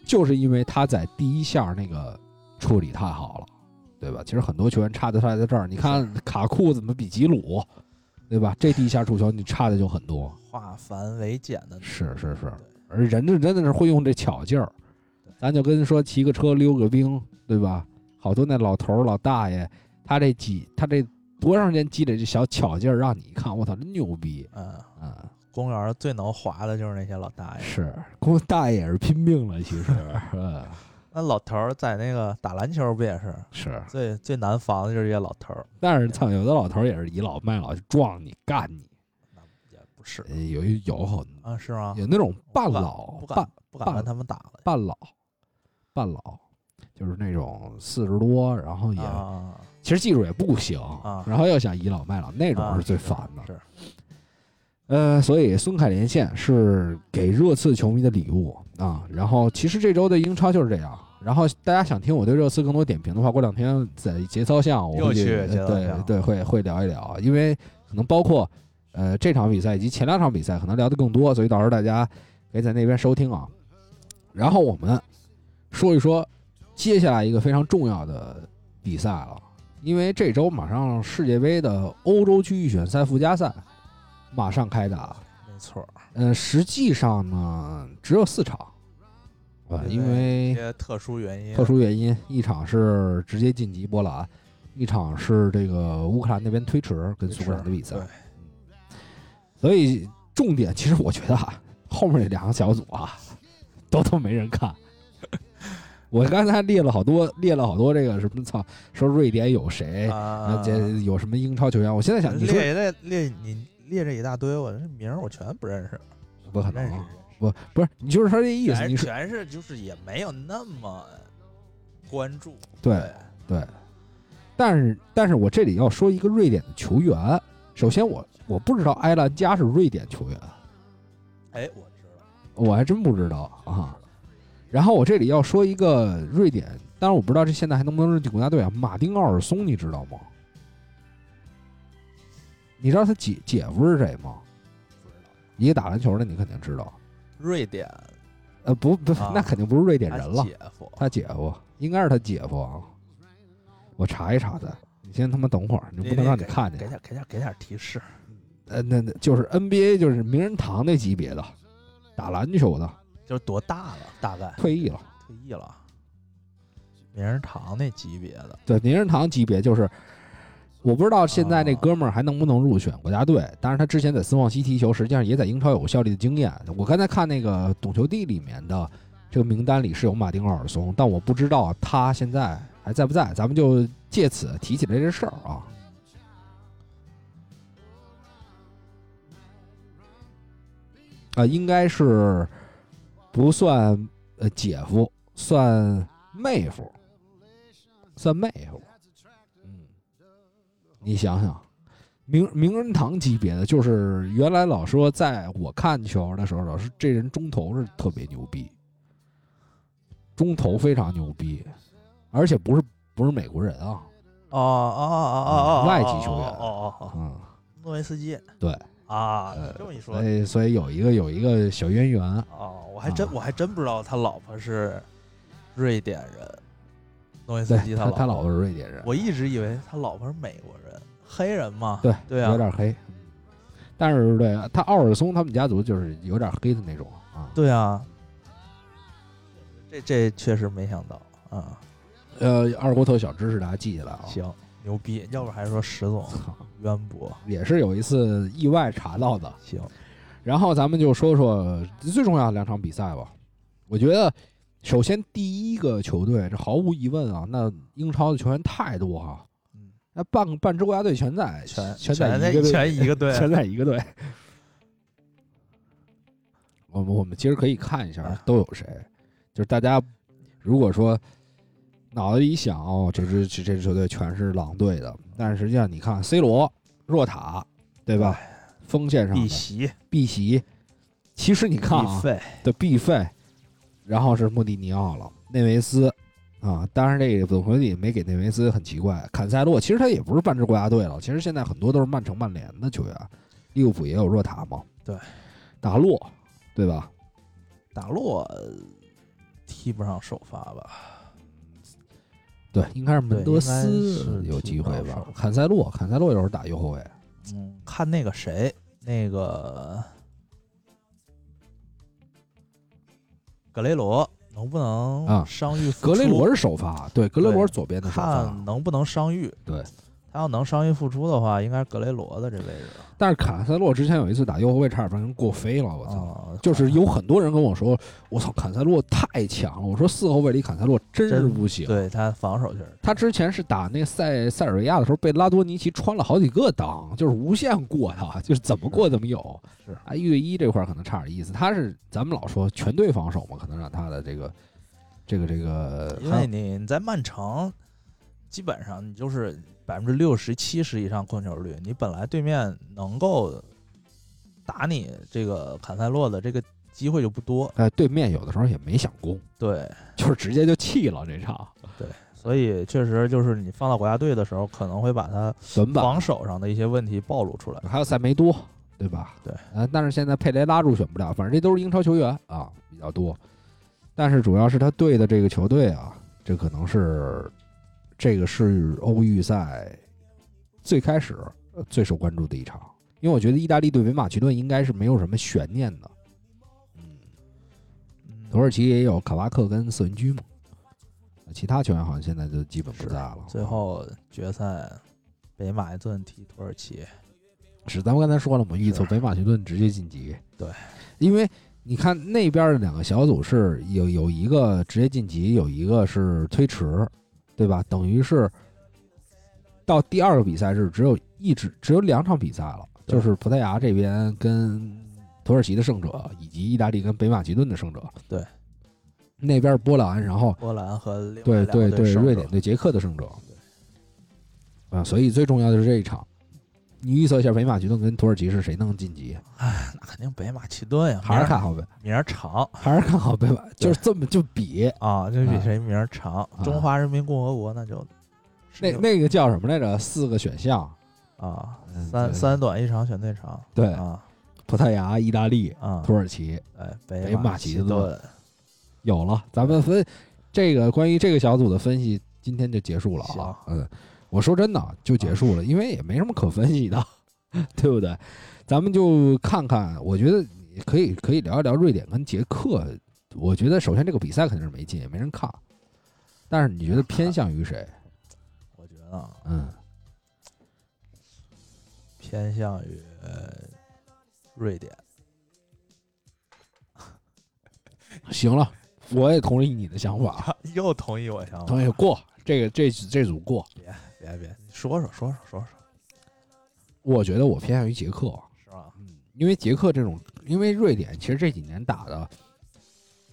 就是因为他在第一下那个处理太好了，对吧？其实很多球员差的差在这儿，你看卡库怎么比吉鲁，对吧？这第一下触球你差的就很多，化繁为简的，是是是对，而人这真的是会用这巧劲儿，咱就跟说骑个车溜个冰，对吧？好多那老头儿老大爷，他这几他这多长时间积累这小巧劲儿，让你一看，我操，真牛逼嗯，啊！嗯公园最能滑的就是那些老大爷。是，公大爷也是拼命了，其实，嗯，那老头儿在那个打篮球不也是是。最最难防的就是这些老头儿？但是操，有的老头儿也是倚老卖老，就撞你干你，那也不是呃有一有很啊，是吗？有那种半不敢老不半敢不敢半跟他们打了半老半老，就是那种四十多，然后也、啊，其实技术也不行，啊然后又想倚老卖老，那种啊是最烦的。是呃，所以孙凯连线是给热刺球迷的礼物啊。然后其实这周的英超就是这样。然后大家想听我对热刺更多点评的话，过两天在节操项我又会去呃节操对巷对会会聊一聊，因为可能包括呃这场比赛以及前两场比赛可能聊的更多，所以到时候大家可以在那边收听啊。然后我们说一说接下来一个非常重要的比赛了，因为这周马上世界杯的欧洲区域选赛附加赛马上开打。没错儿，呃，实际上呢，只有四场，啊，对因一为些特殊原因，特殊原因，一场是直接晋级波兰，一场是这个乌克兰那边推迟跟苏格兰的比赛嗯对，所以重点其实我觉得啊，后面这两个小组啊，都都没人 看。我刚才列了好多，列了好多这个什么操，说瑞典有谁，然啊后，这有什么英超球员，我现在想哎你说列这列你列这一大堆，我这名儿我全不认识，不可能认识啊， 不不是你就是说这意思，全你是说全是就是也没有那么关注，对。对，但是但是我这里要说一个瑞典的球员，首先我我不知道埃兰加是瑞典球员，哎，我知道，我还真不知道啊。然后我这里要说一个瑞典，当然我不知道这现在还能不能入籍国家队啊。马丁奥尔松，你知道吗？你知道他姐姐夫是谁吗？不知道，一个打篮球的，你肯定知道。瑞典呃，不不，啊那肯定不是瑞典他人了。姐夫，他姐夫应该是他姐夫啊。我查一查的，你先他妈等会儿，你不能让你给看见给。点给点给点提示，呃，那那就是 NBA 就是名人堂那级别的，打篮球的就是多大了，大概退役了。退役了，名人堂那级别的，对，名人堂级别就是，我不知道现在那啊哥们儿还能不能入选国家队。当然，他之前在斯旺西踢球，实际上也在英超有效力的经验。我刚才看那个懂球帝里面的这个名单里是有马丁奥尔松，但我不知道他现在还在不在。咱们就借此提起来这事儿啊。啊，应该是不算呃姐夫，算妹夫，算妹夫。嗯，你想想，名名人堂级别的，就是原来老说，在我看球的时候，老师这人中投是特别牛逼，中投非常牛逼，而且不是不是美国人啊，哦哦哦哦哦，外籍球员哦哦哦，嗯，诺维斯基对，啊呃，这么一说所，以所以有一个有一个小渊源，哦，我还真啊我还真不知道他老婆是瑞典人，诺维斯基对他老老婆是瑞典人，我一直以为他老婆是美国人，黑人嘛。对对啊有点黑，嗯但是对他奥尔松他们家族就是有点黑的那种啊，对啊，这这确实没想到啊。呃，二锅头小知识大家记起来啊。行，牛逼，要不还说石总操渊博。也是有一次意外查到的，行，然后咱们就说说最重要的两场比赛吧。我觉得，首先第一个球队，这毫无疑问啊，那英超的球员太多哈、嗯，那半个半支国家队全在全全全在一个队，啊全一个队，全在一个队。 我们我们其实可以看一下啊都有谁，就是大家如果说脑子里一想，哦，这支这支球队全是狼队的，但是实际上你看，C 罗、若塔，对吧？锋线上碧的玺、哎碧玺，其实你看必啊费，的必费，然后是穆蒂尼奥了，内维斯啊，当然这个总经理没给内维斯很奇怪。坎塞洛其实他也不是半支国家队了，其实现在很多都是曼城、曼联的球员，利物浦也有若塔嘛，对，达洛，对吧？打洛呃踢不上首发吧？对，应该是门德对应该斯是有机会踢不吧到手？坎塞洛，坎塞洛有时候打右后卫。嗯，看那个谁，那个格雷罗能不啊能伤愈复格出？雷罗是首发，对，格雷罗对是左边的首发啊看，能不能伤愈。对。他要能伤愈复出的话，应该是格雷罗的这位置。但是坎塞洛之前有一次打右后卫，差点被人过飞了，我操！啊，就是有很多人跟我说，我操，坎塞洛太强了。我说四后卫里坎塞洛真是真不行。对他防守确实他之前是打那塞塞尔维亚的时候，被拉多尼奇穿了好几个裆，就是无限过他，就是怎么过怎么有。是啊，一对一这块儿可能差点意思。他是咱们老说全队防守嘛，可能让他的这个这个这个，因为你你在曼城，基本上你就是百分之六十、七十以上控球率，你本来对面能够打你这个坎塞洛的这个机会就不多，呃，对面有的时候也没想攻，对，就是直接就弃了这场所以确实就是你放到国家队的时候，可能会把他短板。防守上的一些问题暴露出来。还有塞梅多，对吧？对呃，但是现在佩雷拉入选不了，反正这都是英超球员啊，比较多。但是主要是他对的这个球队啊，这可能是这个是欧预赛最开始呃最受关注的一场，因为我觉得意大利对维马其顿应该是没有什么悬念的。嗯土耳其也有卡巴克跟瑟文居嘛，呃其他球员好像现在就基本不是在了。最后决赛，北马其顿踢土耳其，是，咱们刚才说了嘛，预测是北马其顿直接晋级。对，因为你看那边的两个小组是有有一个直接晋级，有一个是推迟，对吧？等于是到第二个比赛日只有一只只有两场比赛了，就对是葡萄牙这边跟土耳其的胜者，以及意大利跟北马其顿的胜者。对，那边是波兰，然后波兰和另外对两对个对，对手瑞典对捷克的胜者。啊，所以最重要的是这一场。你预测一下北马其顿跟土耳其是谁能晋级？那肯定北马其顿呀，还是名看儿好北，名儿长。还是看好北马，就是这么就比啊，就比啊谁名儿长。中华人民共和国那就那16那个叫什么来着？四个选项，啊，嗯三对三短一长选最长。对啊葡萄牙、意大利、啊土，耳其哎，北北马其其顿顿有了。咱们分这个关于这个小组的分析，今天就结束了行啊。嗯，我说真的就结束了，因为也没什么可分析的， 对不对？咱们就看看，我觉得可以可以聊一聊瑞典跟捷克。我觉得首先这个比赛肯定是没劲，也没人看。但是你觉得偏向于谁？我觉得啊嗯，偏向于呃瑞典。行了，我也同意你的想法。啊又同意我想法同，意过这个这这组过，别别别，你说说说说说说，我觉得我偏向于捷克，是吧？因为捷克这种，因为瑞典其实这几年打的，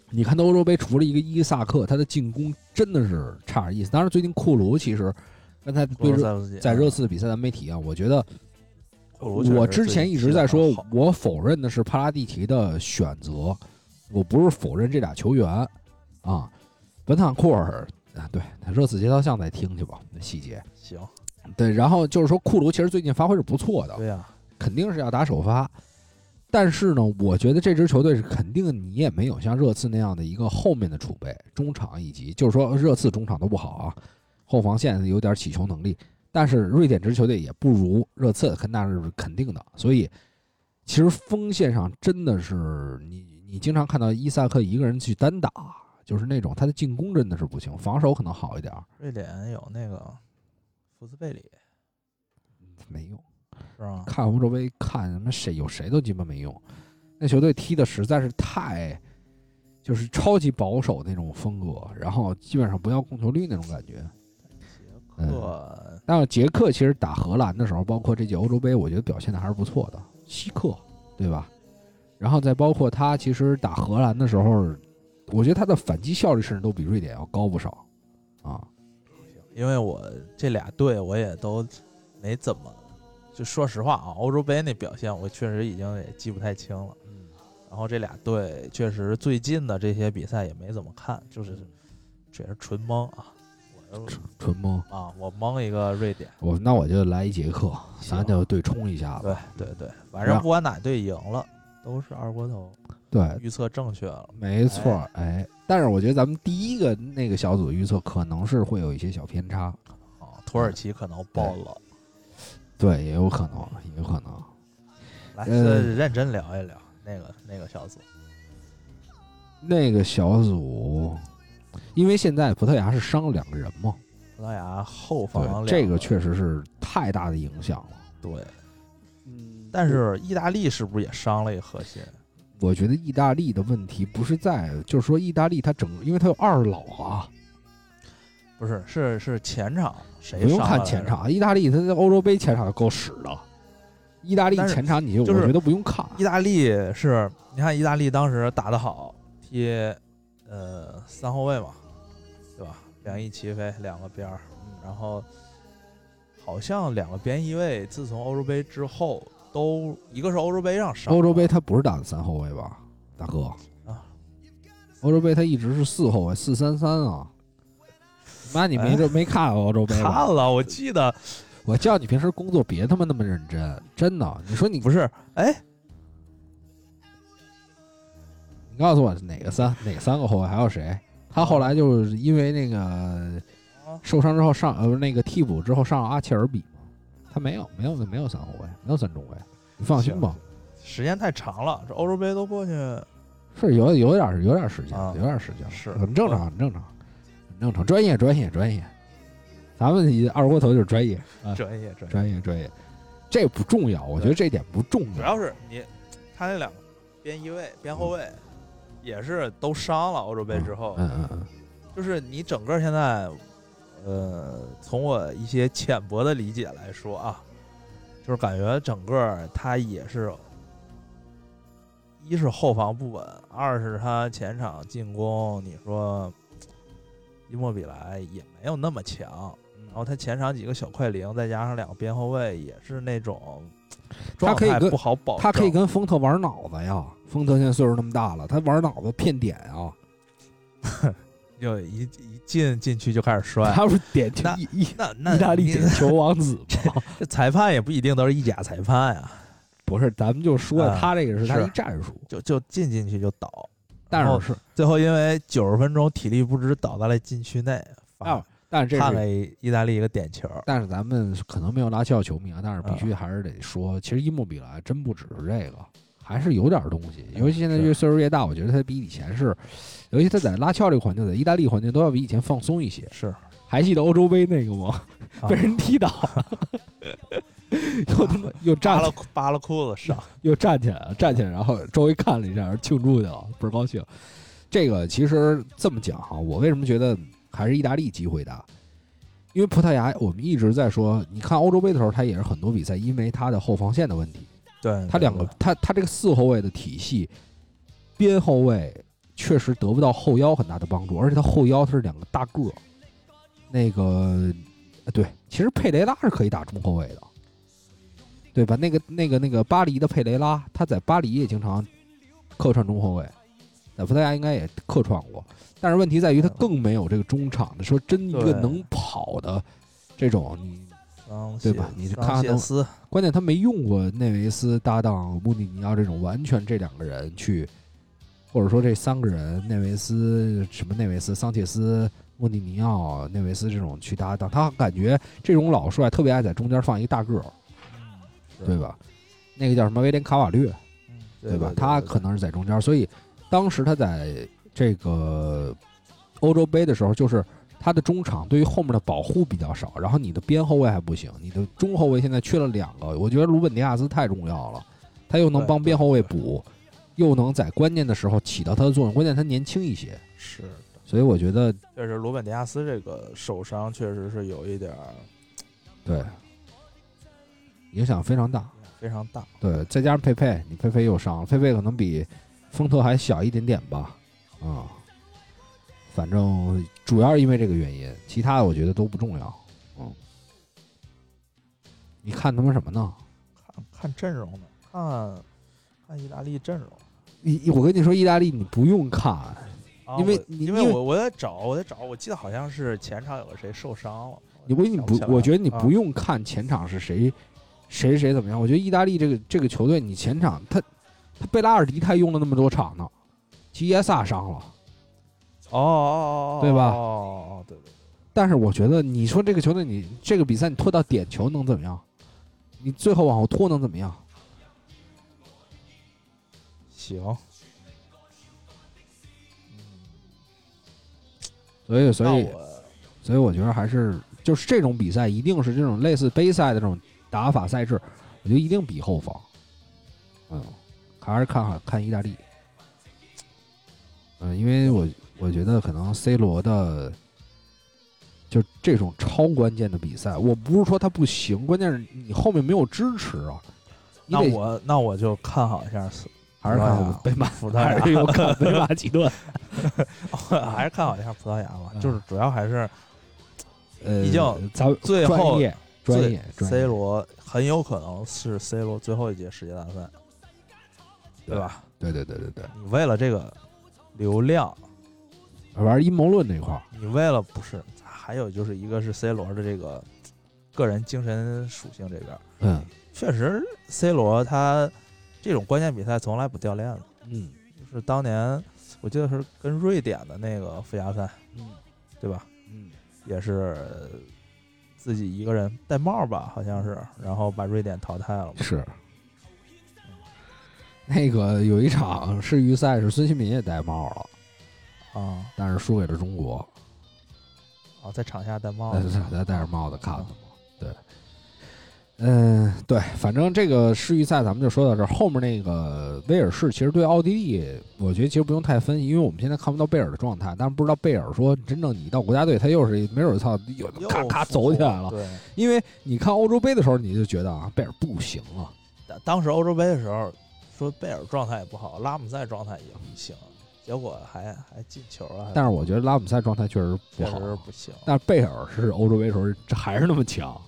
你看到欧洲杯除了一个伊萨克，他的进攻真的是差点意思。当然，最近库卢其实刚才对热对在热刺的比赛咱没提啊，我觉得克罗地区我是之最前近一踢直得在很说好，我否认的是帕拉蒂奇的选择，我不是否认这俩球员啊，本坦库尔啊，对，热刺节操像再听去吧，那细节。行，对，然后就是说库卢其实最近发挥是不错的，对啊呀，肯定是要打首发。但是呢，我觉得这支球队是肯定你也没有像热刺那样的一个后面的储备，中场以及就是说热刺中场都不好啊，后防线有点起球能力。但是瑞典这支球队也不如热刺，肯那是肯定的。所以其实锋线上真的是你你经常看到伊萨克一个人去单打，就是那种他的进攻真的是不行，防守可能好一点儿，瑞典有那个福斯贝里没用。是吧？看欧洲杯看什么谁有谁都鸡巴没用，那球队踢的实在是太，就是超级保守那种风格，然后基本上不要控球率那种感觉。捷嗯克但是捷克其实打荷兰的时候，包括这届欧洲杯，我觉得表现的还是不错的，希克对吧？然后再包括他其实打荷兰的时候，我觉得他的反击效率甚至都比瑞典要高不少。啊。因为我这俩队我也都没怎么，就说实话啊，欧洲杯那表现我确实已经也记不太清了。嗯然后这俩队确实最近的这些比赛也没怎么看，就是嗯这也是纯蒙啊，我纯蒙，啊我蒙一个瑞典，我那我就来一节课，行咱就对冲一下对吧。对对，反正不管哪队赢了都是二锅头，对，预测正确了。没错儿，哎，但是我觉得咱们第一个那个小组预测可能是会有一些小偏差，啊，土嗯耳其可能爆冷，对，也有可能，也有可能。来，嗯这认真聊一聊那个那个小组。那个小组，因为现在葡萄牙是伤了两个人嘛，葡萄牙后防两对，这个确实是太大的影响了。对，嗯但是意大利是不是也伤了一核心？我觉得意大利的问题不是在，就是说意大利它整，因为它有二老啊，不是，是是前场谁不用伤看了前来着。场，意大利它在欧洲杯前场就够使的，意大利但是前场你就就是我觉得不用看，意大利是，你看意大利当时打得好，踢呃三后卫嘛，对吧？两翼齐飞，两个边儿，嗯然后好像两个边翼位自从欧洲杯之后都一个是欧洲杯上伤了，欧洲杯他不是打的三后卫吧，大哥？啊，欧洲杯他一直是四后卫，四三三啊。妈，你哎没这没看欧洲杯看吧？了，我记得我叫你平时工作别他妈那么认真，真的。你说你不是，哎，你告诉我哪个三哪三个后卫还有谁？他后来就是因为那啊个受伤之后上呃不是那个替补之后上阿切尔比嘛，他没有没有没有三后卫，没有三中卫，你放心吧，时间太长了，这欧洲杯都过去是有有点儿有点儿时间啊了，有点儿时间了，是很正常，很正常，很正常，专业专业专业，咱们二锅头就是专业啊，专业专业，专业专业，这不重要，我觉得这点不重主要，要是你他那两个边翼位、哎边后卫嗯也是都伤了，欧洲杯之后，嗯嗯嗯，就是你整个现在，呃，从我一些浅薄的理解来说啊，就是感觉整个他也是，呃一是后防不稳，二是他前场进攻，你说伊莫比莱也没有那么强，然后他前场几个小快灵，再加上两个边后卫，也是那种他状可以态跟不好保证，他可以跟丰特玩脑子呀，丰特现在岁数那么大了，他玩脑子骗点啊，就一一进进去就开始摔。他不是点球那意意那那意大利你点球王子吗？ 这裁判也不一定都是意甲裁判呀，不是，咱们就说啊他这个是他是一战术，就就进进去就倒。但然后是是最后因为九十分钟体力不支倒在了禁区内，啊但是这判是了意大利一个点球。但是咱们可能没有拉齐奥球迷啊，但是嗯必须还是得说，其实伊莫比莱真不只是这个，还是有点东西。嗯尤其现在是越岁数越大，我觉得他比以前是，尤其他在拉齐奥这个环境，在意大利环境都要比以前放松一些。是，还记得欧洲杯那个吗？啊 被人踢倒，又 他妈又扒站了了，扒了裤子上。又站起来了，站起来，然后周围看了一下，庆祝去了，倍儿高兴。这个其实这么讲哈，我为什么觉得还是意大利机会大？因为葡萄牙，我们一直在说，你看欧洲杯的时候，它也是很多比赛，因为它的后防线的问题，对，它两个对它它这个四后卫的体系，边后卫确实得不到后腰很大的帮助，而且它后腰它是两个大个儿，那个呃对，其实佩雷拉是可以打中后卫的，对吧？那个那个那个巴黎的佩雷拉，他在巴黎也经常客串中后卫，在葡萄牙应该也客串过，但是问题在于他更没有这个中场的说真一个对能跑的这种你。桑对切吧你是桑看切到斯关键他没用过内维斯搭档穆里尼奥这种完全这两个人去，或者说这三个人内维斯什么内维斯桑切斯穆里尼奥内维斯这种去搭档，他感觉这种老帅特别爱在中间放一个大个儿，嗯是对吧？那个叫什么威廉卡瓦略，嗯对对吧？对他对可能是在中间，所以当时他在这个欧洲杯的时候，就是他的中场对于后面的保护比较少，然后你的边后卫还不行，你的中后卫现在缺了两个，我觉得卢本迪亚斯太重要了，他又能对帮对边后卫补，又能在关键的时候起到他的作用，关键他年轻一些，是的，所以我觉得确实罗本迪亚斯这个受伤确实是有一点儿对影响非常大。非常大。对，再加上佩佩，你佩佩又伤了，佩佩可能比丰特还小一点点吧，啊、反正主要是因为这个原因，其他的我觉得都不重要。嗯，你看他妈什么呢？看看阵容呢，看看意大利阵容。你我跟你说，意大利你不用看，啊、因为我你因因为为我我在找我在找，我记得好像是前场有个谁受伤了。你不你想不起来，我了觉得你啊不用看前场是谁谁谁怎么样。我觉得意大利这个这个球队，你前场他他贝拉尔迪他用了那么多场呢，吉耶萨伤了。哦哦哦，哦对吧哦哦哦，对对，但是我觉得，你说这个球队你，这个比赛你拖到点球能怎么样？你最后往后拖能怎么样？行。所以，所那以，我所以我觉得还是就是这种比赛，一定是这种类似杯赛的这种打法赛制，我觉得一定比后防。嗯，还是看好看意大利。嗯，因为我我觉得可能 C 罗的就这种超关键的比赛，我不是说他不行，关键是你后面没有支持啊。你那得我那我就看好一下斯还是看好葡萄牙北马葡萄还牙，是有看贝马吉顿。 还是看好一下葡萄牙吧。嗯就是主要还是 呃，毕竟咱们最后专业专业专业 C 罗很有可能是 C 罗最后一届世界大赛，对吧？对对对对对，你为了这个流量，玩阴谋论这块儿，你为了不是，还有就是一个是 C 罗的这个个人精神属性这边儿，嗯确实 C 罗他这种关键比赛从来不掉链子，嗯就是当年我记得是跟瑞典的那个附加赛，嗯对吧？嗯，也是自己一个人戴帽吧，好像是，然后把瑞典淘汰了嘛。是。那个有一场世预赛是孙兴民也戴帽了，啊但是输给了中国，啊，在场下戴帽但子是他戴着帽子看的嘛。对，嗯，对，反正这个世预赛咱们就说到这儿。后面那个威尔士其实对奥地利，我觉得其实不用太分析，因为我们现在看不到贝尔的状态，但是不知道贝尔说真正你到国家队，他又是一没准儿操又又咔咔复走起活来了。对，因为你看欧洲杯的时候，你就觉得啊，贝尔不行了。当当时欧洲杯的时候，说贝尔状态也不好，拉姆塞状态也不行，结果还还进球了，还但是我觉得拉姆塞状态确实不确好，实不行。但是贝尔是欧洲杯的时候这还是那么强，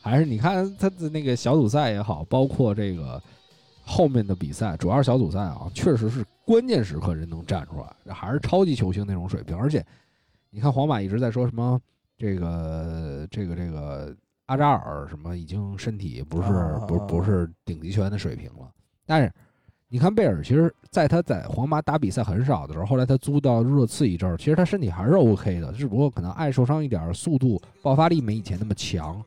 还是你看他的那个小组赛也好，包括这个后面的比赛，主要是小组赛啊，确实是关键时刻人能站出来，还是超级球星那种水平。而且你看皇马一直在说什么这个这个这个阿扎尔什么已经身体不是啊不啊啊不是顶级球员的水平了，但是。你看贝尔，其实在他在皇马打比赛很少的时候，后来他租到热刺一阵儿，其实他身体还是 OK 的，只不过可能爱受伤一点儿，速度爆发力没以前那么强。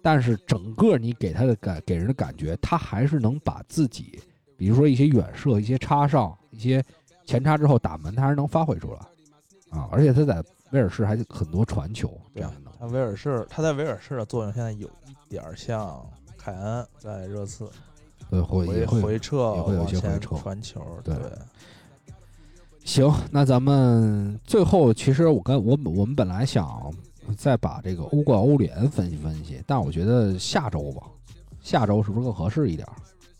但是整个你给他的感给人的感觉，他还是能把自己，比如说一些远射、一些插上、一些前插之后打门，他还是能发挥出来啊！而且他在威尔士还有很多传球这对样的能力。他威尔士，他在威尔士的作用现在有一点儿像凯恩在热刺对，会回也会回撤也会有往一些回前撤传球，对对行，那咱们最后，其实我跟我我们本来想再把这个欧冠、欧联分析分析，但我觉得下周吧，下周是不是更合适一点儿？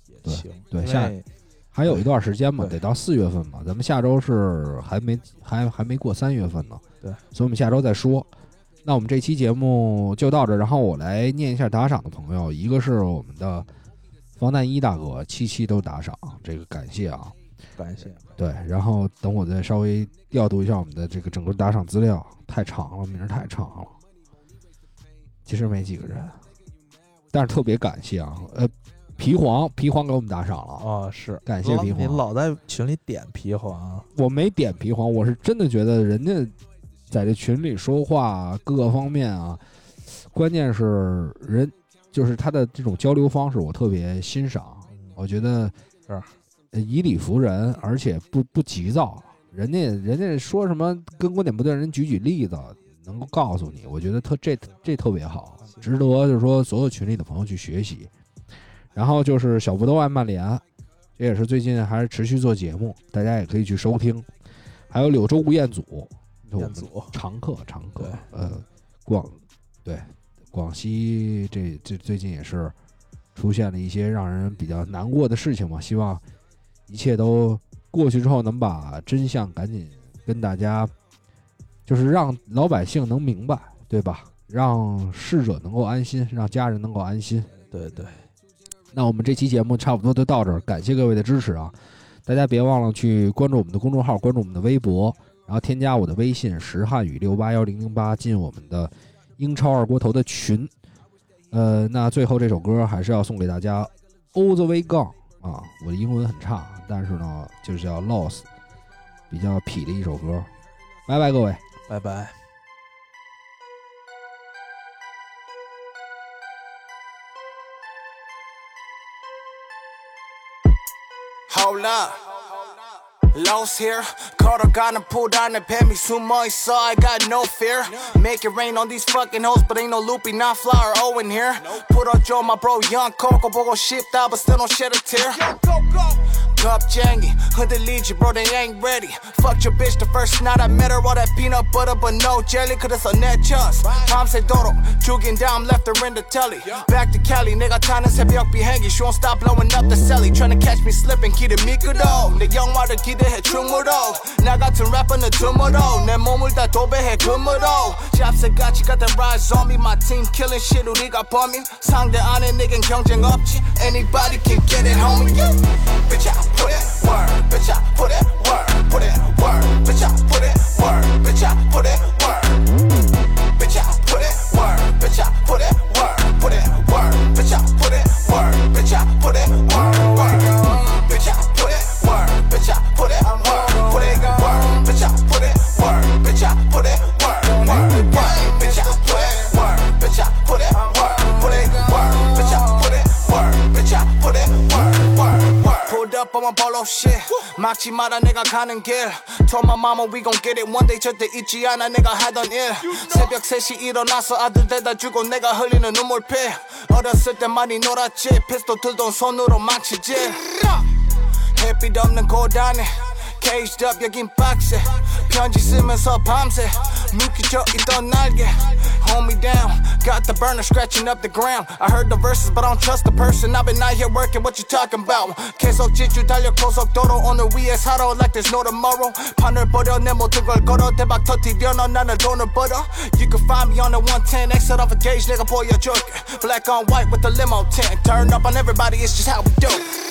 也对行。对因下为还有一段时间嘛，对得到四月份嘛，咱们下周是还没还还没过三月份呢，对，所以我们下周再说。那我们这期节目就到这儿，然后我来念一下打赏的朋友，一个是我们的防弹衣大哥，七期都打赏，这个感谢啊。感谢对，然后等我再稍微调度一下我们的这个整个打赏资料，太长了，名儿太长了。其实没几个人，但是特别感谢啊，呃，皮黄皮黄给我们打赏了，啊，是感谢老皮你黄。啊老在群里点皮黄，啊我没点皮黄，我是真的觉得人家在这群里说话各个方面啊，关键是人就是他的这种交流方式，我特别欣赏。嗯哦我觉得是呃以理服人，而且不不急躁。人家人家说什么跟观点不对，人举举例子能够告诉你，我觉得特这这特别好，值得就是说所有群里的朋友去学习。然后就是小布都爱曼联，这也是最近还是持续做节目，大家也可以去收听。还有柳州吴彦祖，我彦们祖常客常客对，呃，广对广西这这最近也是出现了一些让人比较难过的事情嘛，希望一切都过去之后能把真相赶紧跟大家就是让老百姓能明白，对吧？让逝者能够安心，让家人能够安心。对对，那我们这期节目差不多就到这儿，感谢各位的支持啊！大家别忘了去关注我们的公众号，关注我们的微博，然后添加我的微信石汉语六八幺零零八进我们的英超二锅头的群。呃，那最后这首歌还是要送给大家，All the way gone 啊！我的英文很差，但是呢，就是叫 Lost，比较痞的一首歌。拜拜，各位。拜拜。 Hold up. Lost here, caught a gun and pulled down and pay me too much, so I got no fear. Make it rain on these fucking hoes, but ain't no loopy, not flyer Owen here. Put on Joe, my bro, young Coco, bogo shipped out, but still don't shed a tear. Cup jangy, hood the legion, bro, they ain't ready. Fucked your bitch the first night I met her, all that peanut butter, but no jelly, cause it's a net chance. Tom said Dodo, jugging down, left her in the telly. Back to Cali, nigga, time to have up be hangy, she won't stop blowing up the celly. Tryna catch me slipping, key to Mika dog. The young water key to head trumoro. Naga to rap on the tumoro. Nemomu da tobe head kumoro. Chaps a got you got the rise on me, my team killing shit, who they got on me. Sang the honor, nigga, kyungjang up. Anybody can get it, homie. Bitch, I put it work. Bitch, I put it work. Put it work. Bitch, I put it work. Bitch, I put it work. Bitch, I put it work. Bitch, I put it work. Put it work. Bitch, I put it work. Bitch, I put it work. Work. Bitch, I put it work. Bitch, I put it work. Put it work. Bitch, I put it work. Bitch, I put it work. Work. Work. Bitch, I put it work. Bitch, I put it work. Put it work. Bitch, I put it work. Bitch, I put it work. Work. Work. Pulled up on my polo shit. 막지마다 내가 가는 길. Told my mama we gon' get it one day 절대 잊지 않아 내가 하던 일. 새벽 3시 일어나서 아들 데다 주고 내가 흘리는 눈물피. 어렸을 때 많이 놀았지. 피스톨 들던 손으로 망치지. 햇빛 없는 고단에. Caged up 여긴 박스에 편지 쓰면서 밤새 묵혀져 있던 날개 Hold me down Got the burner scratching up the ground I heard the verses but I don't trust the person I've been out here working what you talking about 계속 지주 달려 고속도로 오늘 위에 살아 like there's no tomorrow 판을 버려 내 모든 걸 걸어 대박 터뜨려 너 나는 돈을 벌어 uh, You can find me on the 110 Exit off a gauge 내가 보여줄게 Black on white with the limo tint Turn up on everybody it's just how we do it.